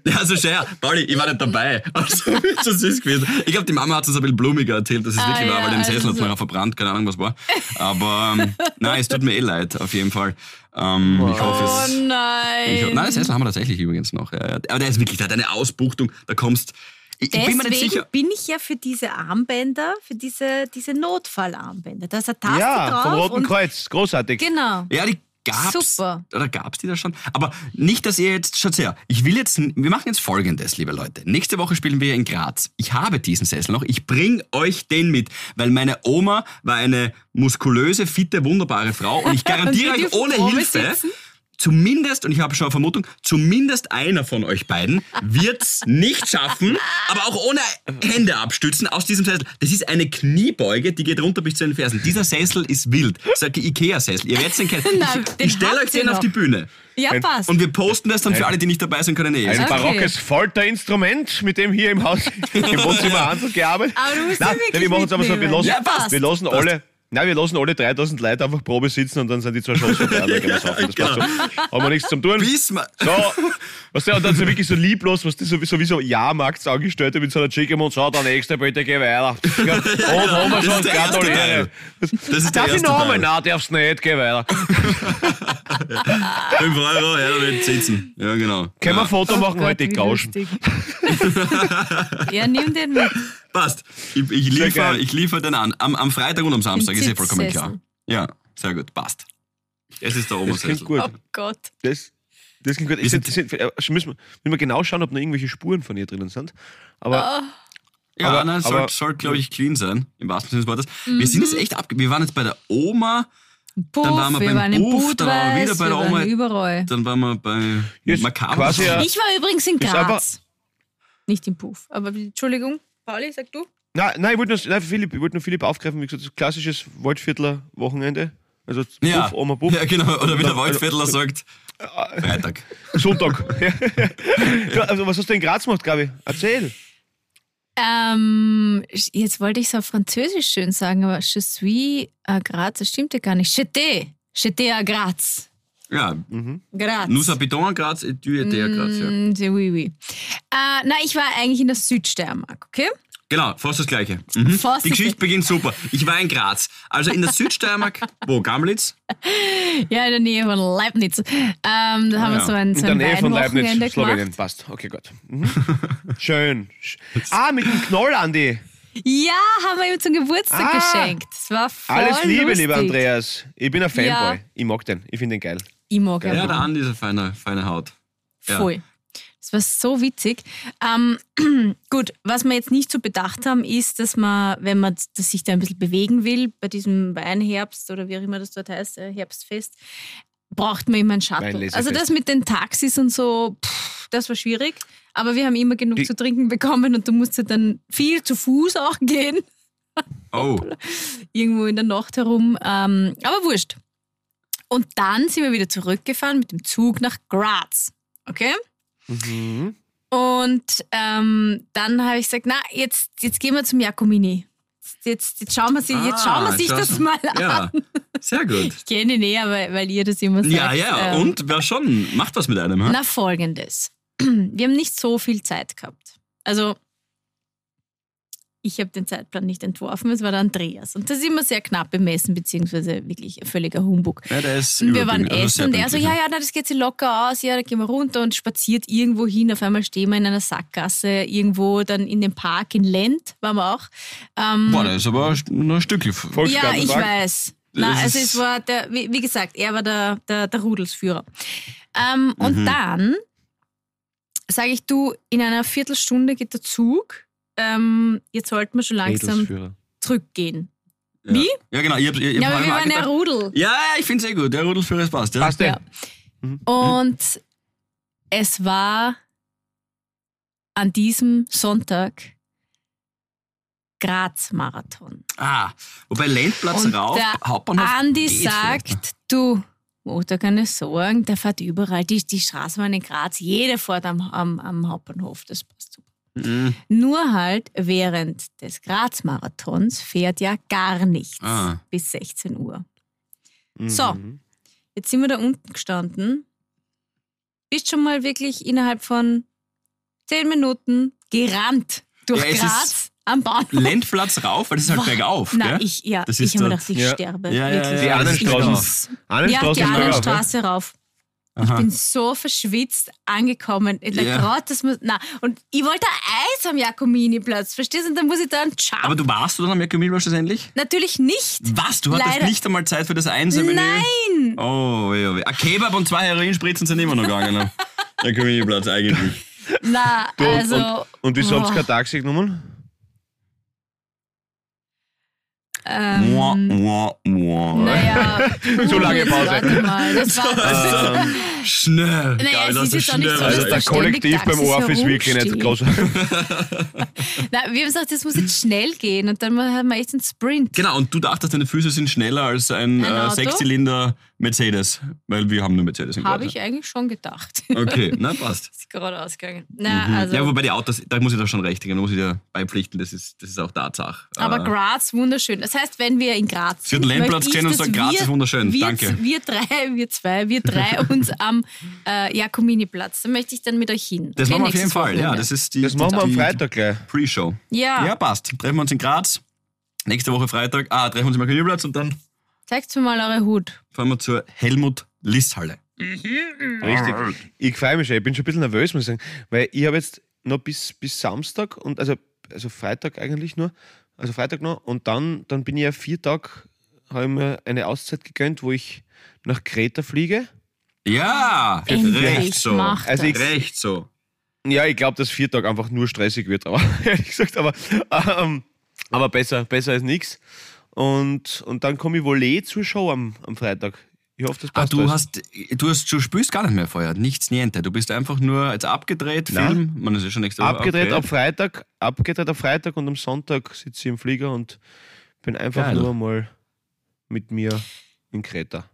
Speaker 4: Ja, also Scher, Pauli, ich war nicht dabei. Also, ist schon süß gewesen. Ich glaube, die Mama hat es ein bisschen blumiger erzählt, dass es
Speaker 3: Ah,
Speaker 4: wirklich war,
Speaker 3: ja,
Speaker 4: weil den
Speaker 3: also
Speaker 4: Sessel hat
Speaker 3: so.
Speaker 4: man ja verbrannt, keine Ahnung, was war. Aber ähm, nein, es tut mir eh leid, auf jeden Fall. Ähm, ich hoffe,
Speaker 3: Oh
Speaker 4: es. Ich,
Speaker 3: nein.
Speaker 4: nein, das Sessel haben wir tatsächlich übrigens noch. Ja, ja. Aber der ist wirklich, der hat eine Ausbuchtung, da kommst. Ich, ich bin
Speaker 3: Deswegen
Speaker 4: mir nicht sicher.
Speaker 3: ich ja für diese Armbänder, für diese, diese Notfallarmbänder. Da ist eine Taste
Speaker 2: Ja,
Speaker 3: drauf.
Speaker 2: vom Roten
Speaker 3: und
Speaker 2: Kreuz, großartig.
Speaker 3: Genau.
Speaker 4: Ja, die gab's.
Speaker 3: Super.
Speaker 4: Oder gab's die da schon? Aber nicht, dass ihr jetzt, schaut her, ich will jetzt, wir machen jetzt Folgendes, liebe Leute. Nächste Woche spielen wir in Graz. Ich habe diesen Sessel noch, ich bring euch den mit, weil meine Oma war eine muskulöse, fitte, wunderbare Frau und ich garantiere
Speaker 3: Und wir
Speaker 4: euch
Speaker 3: dürfen
Speaker 4: ohne
Speaker 3: oben
Speaker 4: Hilfe,
Speaker 3: sitzen?
Speaker 4: zumindest, und ich habe schon eine Vermutung, zumindest einer von euch beiden wird's nicht schaffen, aber auch ohne Hände abstützen aus diesem Sessel. Das ist eine Kniebeuge, die geht runter bis zu den Fersen. Dieser Sessel ist wild. Das ist ein Ikea-Sessel. Ihr werdet den kennen.
Speaker 3: Nein,
Speaker 4: Ich,
Speaker 3: den
Speaker 4: ich stelle
Speaker 3: habt
Speaker 4: euch
Speaker 3: ihr
Speaker 4: den auf
Speaker 3: noch.
Speaker 4: die Bühne.
Speaker 3: Ja, passt.
Speaker 4: Und wir posten das dann für alle, die nicht dabei sind, können eh.
Speaker 2: Ein
Speaker 4: sehen.
Speaker 3: Okay.
Speaker 2: barockes Folterinstrument, mit dem hier im Haus, im Wohnzimmer Hansel gearbeitet.
Speaker 3: Aber du musst ihn wirklich
Speaker 2: wir machen es aber so, wir
Speaker 3: mitnehmen.
Speaker 2: lassen,
Speaker 4: Ja, passt.
Speaker 2: wir lassen
Speaker 4: Passt.
Speaker 2: alle... Nein, wir lassen alle 3000 Leute einfach Probe sitzen und dann sind die zwei Shows vorbei. und dann gehen wir saufen. Das passt so. Haben Genau. wir nichts zum Tun.
Speaker 4: Bis ma-
Speaker 2: So, weißt du, und dann so wirklich so lieblos, was das sowieso wie so Jahrmarktsangestellte mit so einer Chicken und so, der nächste, bitte geh weiter. Ja, Und haben wir
Speaker 4: Das
Speaker 2: schon,
Speaker 4: ist der erste
Speaker 2: gratuliere.
Speaker 4: Teil. Das ist der
Speaker 2: Darf ich
Speaker 4: erste
Speaker 2: noch einmal?
Speaker 4: Teil.
Speaker 2: Nein, darfst nicht, geh weiter.
Speaker 4: Fünf Euro, ja, damit sitzen. Ja, genau.
Speaker 2: Können wir ein
Speaker 4: ja.
Speaker 2: Foto machen,
Speaker 3: Gott,
Speaker 2: heute
Speaker 3: wie
Speaker 2: grauschen.
Speaker 3: lustig. ja, nimm den mit.
Speaker 4: Passt. Ich, ich
Speaker 2: Sehr
Speaker 4: liefere
Speaker 2: geil.
Speaker 4: ich liefer den an. Am, am Freitag und am Samstag
Speaker 3: Im
Speaker 4: ist ja vollkommen klar.
Speaker 3: Sitzsessel.
Speaker 4: Ja, sehr gut. Passt. Es ist der
Speaker 2: Das klingt
Speaker 4: Obersessel.
Speaker 2: gut.
Speaker 3: Oh Gott.
Speaker 2: Das, das klingt gut. Ich,
Speaker 4: sind-
Speaker 2: sind, sind, äh, müssen, wir, müssen wir genau schauen, ob noch irgendwelche Spuren von ihr drinnen sind. Aber
Speaker 4: Ja,
Speaker 2: Aber-
Speaker 4: nein, es soll,
Speaker 2: aber-
Speaker 4: soll glaube ich, clean sein, im wahrsten Sinne des Wortes. Wir
Speaker 3: Mhm.
Speaker 4: sind jetzt echt ab, wir waren jetzt bei der Oma,
Speaker 3: Puff,
Speaker 4: Dann waren wir beim
Speaker 3: im
Speaker 4: Puff,
Speaker 3: Budweis,
Speaker 4: dann waren wir wieder bei der Oma.
Speaker 3: waren überall.
Speaker 4: dann waren wir bei
Speaker 2: Jetzt
Speaker 4: Makaber.
Speaker 2: quasi ja-
Speaker 3: Ich war übrigens in
Speaker 2: Ist aber-
Speaker 3: Graz. Nicht im Puff. Aber Entschuldigung, Pauli, sag du.
Speaker 2: nein, nein, ich wollte nur, nein, Philipp, ich wollte nur Philipp aufgreifen, wie gesagt, das klassisches Waldviertler-Wochenende. Also
Speaker 4: ja.
Speaker 2: Puff, Oma Puff, Also-
Speaker 4: ja, genau. Oder wie der Waldviertler sagt, Freitag.
Speaker 2: Sonntag. Ja, also was hast du in Graz gemacht, Gabi? Erzähl.
Speaker 3: Ähm, jetzt wollte ich es auf Französisch schön sagen, aber je suis à Graz, das stimmt ja gar nicht. J'étais, j'étais à Graz.
Speaker 4: Ja,
Speaker 2: Mhm.
Speaker 3: Graz.
Speaker 4: nous habitons à Graz et tu étais à Graz, ja.
Speaker 3: Mm, c'est oui, oui. Äh, na, ich war eigentlich in der Südsteiermark, okay?
Speaker 4: Genau, fast das Gleiche. Mhm.
Speaker 3: Fast
Speaker 4: Die
Speaker 3: das
Speaker 4: Geschichte beginnt super. Ich war in Graz. Also in der Südsteiermark, wo? Gamlitz?
Speaker 3: Ja, in der Nähe von Leibniz. Ähm, da haben wir
Speaker 4: ja.
Speaker 3: so ein,
Speaker 2: In
Speaker 3: so
Speaker 2: der
Speaker 3: ein
Speaker 2: Nähe von
Speaker 3: Weinwochenende
Speaker 2: Leibniz,
Speaker 3: gemacht.
Speaker 2: Slowenien. Passt. Okay, gut. Mhm. Schön. Sch- Ah, mit dem Knoll, Andi.
Speaker 3: Ja, haben wir ihm zum Geburtstag
Speaker 2: Ah.
Speaker 3: geschenkt. Das war voll
Speaker 2: Alles Liebe,
Speaker 3: lustig.
Speaker 2: lieber Andreas. Ich bin ein Fanboy.
Speaker 3: Ja.
Speaker 2: Ich mag den. Ich finde den geil.
Speaker 3: Ich mag
Speaker 4: Ja,
Speaker 3: ja,
Speaker 4: da an diese feine, feine Haut. Ja.
Speaker 3: Voll. Das war so witzig. Ähm, gut, was wir jetzt nicht so bedacht haben, ist, dass man, wenn man z- dass sich da ein bisschen bewegen will, bei diesem Weinherbst oder wie auch immer das dort heißt, äh, Herbstfest, braucht man immer einen Shuttle.
Speaker 2: Weinlesefest.
Speaker 3: Also das mit den Taxis und so, pff, das war schwierig. Aber wir haben immer genug
Speaker 2: Die-
Speaker 3: zu trinken bekommen und du musstest dann viel zu Fuß auch gehen,
Speaker 4: Oh,
Speaker 3: irgendwo in der Nacht herum. Ähm, aber wurscht. Und dann sind wir wieder zurückgefahren mit dem Zug nach Graz. Okay?
Speaker 2: Mhm.
Speaker 3: Und ähm, dann habe ich gesagt, na, jetzt, jetzt gehen wir zum Jakomini. Jetzt, jetzt schauen wir sich, jetzt schauen wir
Speaker 4: Ah,
Speaker 3: sich
Speaker 4: schau-
Speaker 3: das mal an.
Speaker 4: ja. Sehr gut.
Speaker 3: Ich kenne ihn eher, weil, weil ihr das immer sagt.
Speaker 4: Ja, ja,
Speaker 3: Ähm,
Speaker 4: und wer schon? Macht was mit einem, hä?
Speaker 3: Na, folgendes. Wir haben nicht so viel Zeit gehabt. Also, ich habe den Zeitplan nicht entworfen, es war der Andreas. Und das ist immer sehr knapp bemessen, beziehungsweise wirklich ein völliger Humbug.
Speaker 4: Ja, der ist
Speaker 3: Und wir waren
Speaker 4: überpünktlich, also
Speaker 3: essen
Speaker 4: sehr
Speaker 3: und er so,
Speaker 4: pünktlich,
Speaker 3: ja, ja, na, das geht sich locker aus, ja, da gehen wir runter und spaziert irgendwo hin. Auf einmal stehen wir in einer Sackgasse, irgendwo dann in dem Park in Lent waren wir auch. Ähm,
Speaker 4: Boah, das ist aber nur ein Stückchen.
Speaker 3: ja, ich
Speaker 2: Volksgartenpark.
Speaker 3: weiß. Na,
Speaker 4: Das
Speaker 3: also
Speaker 4: ist-
Speaker 3: es war der, wie, wie gesagt, er war der, der, der Rudelsführer. Ähm, Und
Speaker 4: Mhm.
Speaker 3: dann sage ich, du, in einer Viertelstunde geht der Zug. Ähm, jetzt sollten wir schon langsam
Speaker 2: Redelsführer.
Speaker 3: zurückgehen.
Speaker 4: Ja.
Speaker 3: Wie?
Speaker 4: Ja, genau. Ich hab, ich, ich
Speaker 3: Ja,
Speaker 4: hab
Speaker 3: aber wir
Speaker 4: auch
Speaker 3: waren ja
Speaker 4: gedacht-
Speaker 3: Rudel.
Speaker 4: ja, ja, ich finde es eh gut. Der Rudelführer ist passt. Ja.
Speaker 2: Passt der?
Speaker 3: Ja. Und es war an diesem Sonntag Graz-Marathon.
Speaker 4: Ah, wobei Lendplatz
Speaker 3: Und
Speaker 4: rauf,
Speaker 3: der
Speaker 4: Hauptbahnhof.
Speaker 3: Andi
Speaker 4: geht vielleicht noch.
Speaker 3: sagt, du, mach dir keine Sorgen, der fährt überall, die, die Straßenbahn in Graz, jede fährt am, am, am Hauptbahnhof, das passt super.
Speaker 4: Mhm.
Speaker 3: Nur halt während des Graz-Marathons fährt ja gar nichts
Speaker 4: Ah.
Speaker 3: bis 16 Uhr.
Speaker 2: Mhm.
Speaker 3: So. Jetzt sind wir da unten gestanden. Bist schon mal wirklich innerhalb von 10 Minuten gerannt durch
Speaker 4: Ja, es ist-
Speaker 3: Graz am Bahnhof.
Speaker 4: Lendplatz rauf, weil das ist halt
Speaker 3: Boah.
Speaker 4: bergauf,
Speaker 3: Nein,
Speaker 4: gell?
Speaker 3: ich, ja,
Speaker 4: Das
Speaker 3: ich
Speaker 4: ist
Speaker 3: habe mir
Speaker 4: dort-
Speaker 3: gedacht, ich
Speaker 2: ja.
Speaker 3: sterbe.
Speaker 4: Ja, ja,
Speaker 3: wirklich.
Speaker 4: ja,
Speaker 2: Die
Speaker 4: ja,
Speaker 2: anderen
Speaker 4: das ist genau.
Speaker 2: Straßen.
Speaker 4: raus.
Speaker 3: Ja,
Speaker 2: Annenstraße
Speaker 3: die
Speaker 2: ist bergauf,
Speaker 4: ne?
Speaker 2: ja?
Speaker 3: Straße rauf. Ich
Speaker 4: Aha.
Speaker 3: bin so verschwitzt angekommen. Ich
Speaker 4: Ah. Ja.
Speaker 3: yeah. gerade, dass man. Na, und ich wollte Eis am Jakobiniplatz, verstehst du? Und dann muss ich da einen Jump.
Speaker 4: Aber du warst du dann am Jakobilbar schlussendlich?
Speaker 3: Natürlich nicht.
Speaker 4: Was? Du hattest
Speaker 3: Leider.
Speaker 4: nicht einmal Zeit für das Einsammeln?
Speaker 3: Nein!
Speaker 4: Oh, weh, oh, weh. Ein Kebab und zwei Heroinspritzen sind immer noch gegangen. Der Community-Platz eigentlich.
Speaker 3: Na,
Speaker 2: Du, und-
Speaker 3: also.
Speaker 2: Und, und wieso habt ihr
Speaker 3: boah,
Speaker 2: kein Taxi genommen?
Speaker 4: Mua,
Speaker 3: ähm,
Speaker 4: mua, mua. Ah,
Speaker 3: Naja,
Speaker 2: So lange
Speaker 3: jetzt
Speaker 2: Pause.
Speaker 3: Warte mal, das war.
Speaker 2: Ähm,
Speaker 4: Schnell.
Speaker 3: Naja, es
Speaker 4: Geil, dass
Speaker 3: Also, ist
Speaker 4: du
Speaker 3: jetzt auch nicht so,
Speaker 4: schnell-
Speaker 2: also
Speaker 3: dass
Speaker 2: der
Speaker 3: ständig
Speaker 2: Kollektiv
Speaker 3: Taxis
Speaker 2: beim ORF ist wirklich nicht
Speaker 3: herumstehen.
Speaker 2: groß.
Speaker 3: Na, wir haben gesagt, das muss jetzt schnell gehen und dann haben wir echt einen Sprint.
Speaker 4: Genau, und du dachtest, deine Füße sind schneller als
Speaker 3: Ein
Speaker 4: ein, äh,
Speaker 3: Auto?
Speaker 4: Sechszylinder Mercedes. Weil wir haben nur Mercedes im
Speaker 3: Habe
Speaker 4: Garten.
Speaker 3: ich eigentlich schon gedacht.
Speaker 4: Okay, na passt.
Speaker 3: ist gerade ausgegangen. Na,
Speaker 4: Mhm.
Speaker 3: also.
Speaker 4: Ja, wobei die Autos, da muss ich da schon recht geben, da muss ich dir beipflichten, das ist, das ist auch Tatsache.
Speaker 3: Aber
Speaker 4: Äh,
Speaker 3: Graz, wunderschön. Das heißt, wenn wir in Graz
Speaker 4: Sie
Speaker 3: sind,
Speaker 4: hat einen Lendplatz
Speaker 3: möchte ich,
Speaker 4: gesehen und
Speaker 3: dass
Speaker 4: sagt, Graz
Speaker 3: wir,
Speaker 4: ist wunderschön.
Speaker 3: Wir,
Speaker 4: Danke.
Speaker 3: Wir drei, wir zwei, wir drei uns am äh, Jakominiplatz. Da möchte ich dann mit euch hin.
Speaker 4: das
Speaker 3: Okay,
Speaker 4: machen wir auf jeden
Speaker 3: nächstes
Speaker 4: Fall. Ja,
Speaker 3: Wochenende. Ah.
Speaker 4: das ist die,
Speaker 2: Das machen wir am
Speaker 4: die
Speaker 2: Freitag gleich.
Speaker 4: Pre-Show.
Speaker 3: ja.
Speaker 4: Ja, passt. Treffen wir uns in Graz. Nächste Woche Freitag. Ah, treffen wir uns im Akademieplatz und dann
Speaker 3: zeigt mir mal eure Hut.
Speaker 4: fahren wir zur Helmut-Liss-Halle.
Speaker 3: Mhm.
Speaker 2: Richtig. Ich freue mich schon. Ich bin schon ein bisschen nervös, muss ich sagen. Weil ich habe jetzt noch bis, bis Samstag und also, also Freitag eigentlich nur. Also Freitag noch. Und dann, dann bin ich ja vier Tage, habe ich mir eine Auszeit gegönnt, wo ich nach Kreta fliege.
Speaker 4: Ja, recht
Speaker 3: Endlich
Speaker 4: so.
Speaker 3: macht
Speaker 2: Also ich-
Speaker 3: das.
Speaker 4: Recht so.
Speaker 2: Ja, ich glaube, dass vier Tage einfach nur stressig wird, aber ehrlich gesagt, aber, ähm, aber besser, besser als nichts. Und, und dann komme ich wohl eh zur Show am, am Freitag. Ich hoffe, das
Speaker 4: Ah,
Speaker 2: passt.
Speaker 4: du
Speaker 2: alles.
Speaker 4: hast, du hast, du spielst gar nicht mehr vorher. Nichts, niente. Du bist einfach nur jetzt abgedreht,
Speaker 2: Na.
Speaker 4: Film. Man, das ist schon nächste Woche.
Speaker 2: Abgedreht
Speaker 4: okay.
Speaker 2: am Freitag, abgedreht am Freitag und am Sonntag sitze ich im Flieger und bin einfach
Speaker 4: Geil.
Speaker 2: nur mal mit mir in Kreta.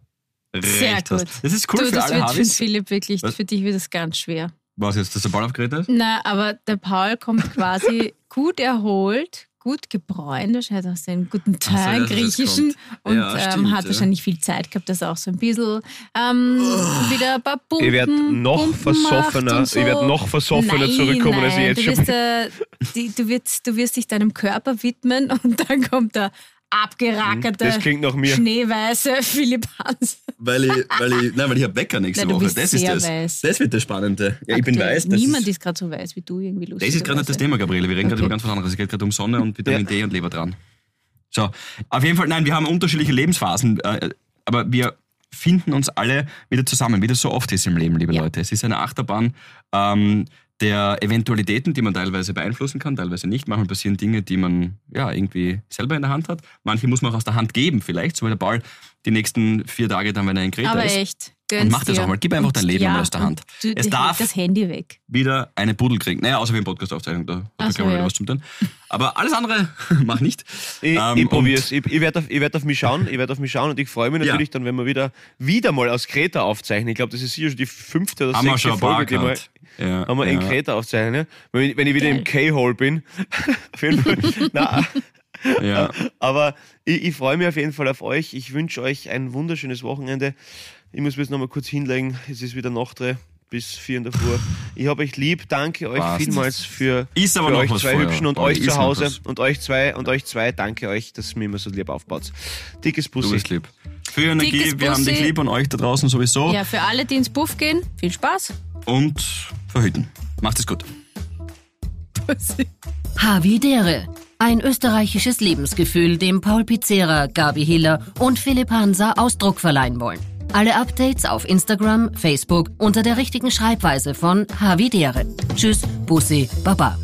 Speaker 3: Sehr
Speaker 4: Recht
Speaker 3: gut.
Speaker 4: hast. Das ist cool
Speaker 3: du,
Speaker 4: für
Speaker 3: das
Speaker 4: alle
Speaker 3: wird für
Speaker 4: Harvis.
Speaker 3: Philipp wirklich,
Speaker 4: Was?
Speaker 3: für dich wird das ganz schwer.
Speaker 4: Was jetzt, dass der Ball abgedreht ist?
Speaker 3: Na, aber der Paul kommt quasi gut erholt, gut gebräunt, wahrscheinlich hat auch seinen guten
Speaker 4: so,
Speaker 3: Teil
Speaker 4: ja, das jetzt
Speaker 3: griechischen
Speaker 4: kommt.
Speaker 3: und
Speaker 4: Ja, stimmt,
Speaker 3: ähm, hat
Speaker 4: ja. Oh.
Speaker 3: wahrscheinlich viel Zeit gehabt, dass er auch so ein bisschen ähm, wieder ein paar Pumpen,
Speaker 2: Ich werd noch
Speaker 3: Pumpen
Speaker 2: versoffener,
Speaker 3: macht und so.
Speaker 2: ich werd noch versoffener
Speaker 3: nein,
Speaker 2: zurückkommen,
Speaker 3: nein,
Speaker 2: als ich jetzt
Speaker 3: du
Speaker 2: schon
Speaker 3: wirst, äh, die, du, wirst, du wirst dich deinem Körper widmen und dann kommt der
Speaker 4: Hm,
Speaker 3: abgerackerte,
Speaker 2: Das klingt nach mir.
Speaker 3: schneeweiße Philipp Hans.
Speaker 4: Weil ich, weil ich, nein, weil ich hab Wecker nächste
Speaker 3: Nein, du
Speaker 4: Woche.
Speaker 3: bist
Speaker 4: Das
Speaker 3: sehr
Speaker 4: ist das.
Speaker 3: weiß.
Speaker 4: Das wird das Spannende. Ja, ich bin
Speaker 3: Aktuell.
Speaker 4: weiß. Das
Speaker 3: Niemand
Speaker 4: ist,
Speaker 3: ist, gerade so weiß wie du irgendwie lustig.
Speaker 4: Das ist gerade nicht das Thema, Gabriele. Wir reden gerade
Speaker 3: Okay.
Speaker 4: über ganz was anderes. Es geht gerade um Sonne und Vitamin D und Leber dran. So, auf jeden Fall, nein, wir haben unterschiedliche Lebensphasen, äh, aber wir finden uns alle wieder zusammen, wie das so oft ist im Leben, liebe
Speaker 3: Ja.
Speaker 4: Leute. Es ist eine Achterbahn ähm, der Eventualitäten, die man teilweise beeinflussen kann, teilweise nicht. Manchmal passieren Dinge, die man ja irgendwie selber in der Hand hat. Manche muss man auch aus der Hand geben, vielleicht, so wie der Ball die nächsten vier Tage dann, wenn er in Kreta
Speaker 3: Aber
Speaker 4: ist.
Speaker 3: echt.
Speaker 4: Und mach das auch mal. Gib einfach dein Leben mal aus der Hand. Es
Speaker 3: es darf
Speaker 4: darf-
Speaker 3: das Handy weg.
Speaker 4: wieder eine Pudel kriegen. Naja, außer wie im Podcast-Aufzeichnung, da
Speaker 3: Ach
Speaker 4: hat
Speaker 3: so,
Speaker 4: der Kamera
Speaker 3: ja.
Speaker 4: was zum tun. Aber alles andere mach nicht.
Speaker 2: Ich,
Speaker 4: Ähm,
Speaker 2: ich
Speaker 4: und-
Speaker 2: probiere es. Ich, ich werde auf, ich werd auf mich schauen. Ich werde auf mich schauen und ich freue mich
Speaker 4: Ja.
Speaker 2: natürlich dann, wenn wir wieder, wieder mal aus Kreta aufzeichnen. Ich glaube, das ist sicher schon die fünfte oder
Speaker 4: Haben wir
Speaker 2: sechste
Speaker 4: schon
Speaker 2: Folge,
Speaker 4: Bar
Speaker 2: die wir,
Speaker 4: gehabt. Ja,
Speaker 2: haben wir in
Speaker 4: ja.
Speaker 2: Kreta aufzeichnen. ja. Wenn, wenn ich wieder im K-Hole bin. auf jeden Fall. Nein.
Speaker 4: Ja.
Speaker 2: Ah, Aber ich, ich freue mich auf jeden Fall auf euch. Ich wünsche euch ein wunderschönes Wochenende. Ich muss mir jetzt nochmal kurz hinlegen. Es ist wieder Nachtre bis 4 in der Früh. Ich habe euch lieb. Danke euch
Speaker 4: Passt.
Speaker 2: vielmals für,
Speaker 4: Ist aber
Speaker 2: für
Speaker 4: noch
Speaker 2: euch
Speaker 4: was
Speaker 2: zwei
Speaker 4: vorher.
Speaker 2: Hübschen und
Speaker 4: Boah,
Speaker 2: euch
Speaker 4: ist
Speaker 2: zu
Speaker 4: noch
Speaker 2: Hause.
Speaker 4: was.
Speaker 2: Und euch zwei und euch zwei. Danke euch, dass ihr mir immer so lieb aufbaut. Dickes
Speaker 4: Du
Speaker 2: Bussi.
Speaker 4: bist lieb. Für Energie,
Speaker 3: Dickes
Speaker 4: wir haben dich
Speaker 3: Bussi.
Speaker 4: lieb und euch da draußen sowieso.
Speaker 3: Ja, für alle, die ins Puff gehen, viel Spaß.
Speaker 4: Und verhüten. Macht es gut.
Speaker 1: Havidere. Ein österreichisches Lebensgefühl, dem Paul Pizzera, Gabi Hiller und Philipp Hansa Ausdruck verleihen wollen. Alle Updates auf Instagram, Facebook unter der richtigen Schreibweise von Havidere. Tschüss, Bussi, Baba.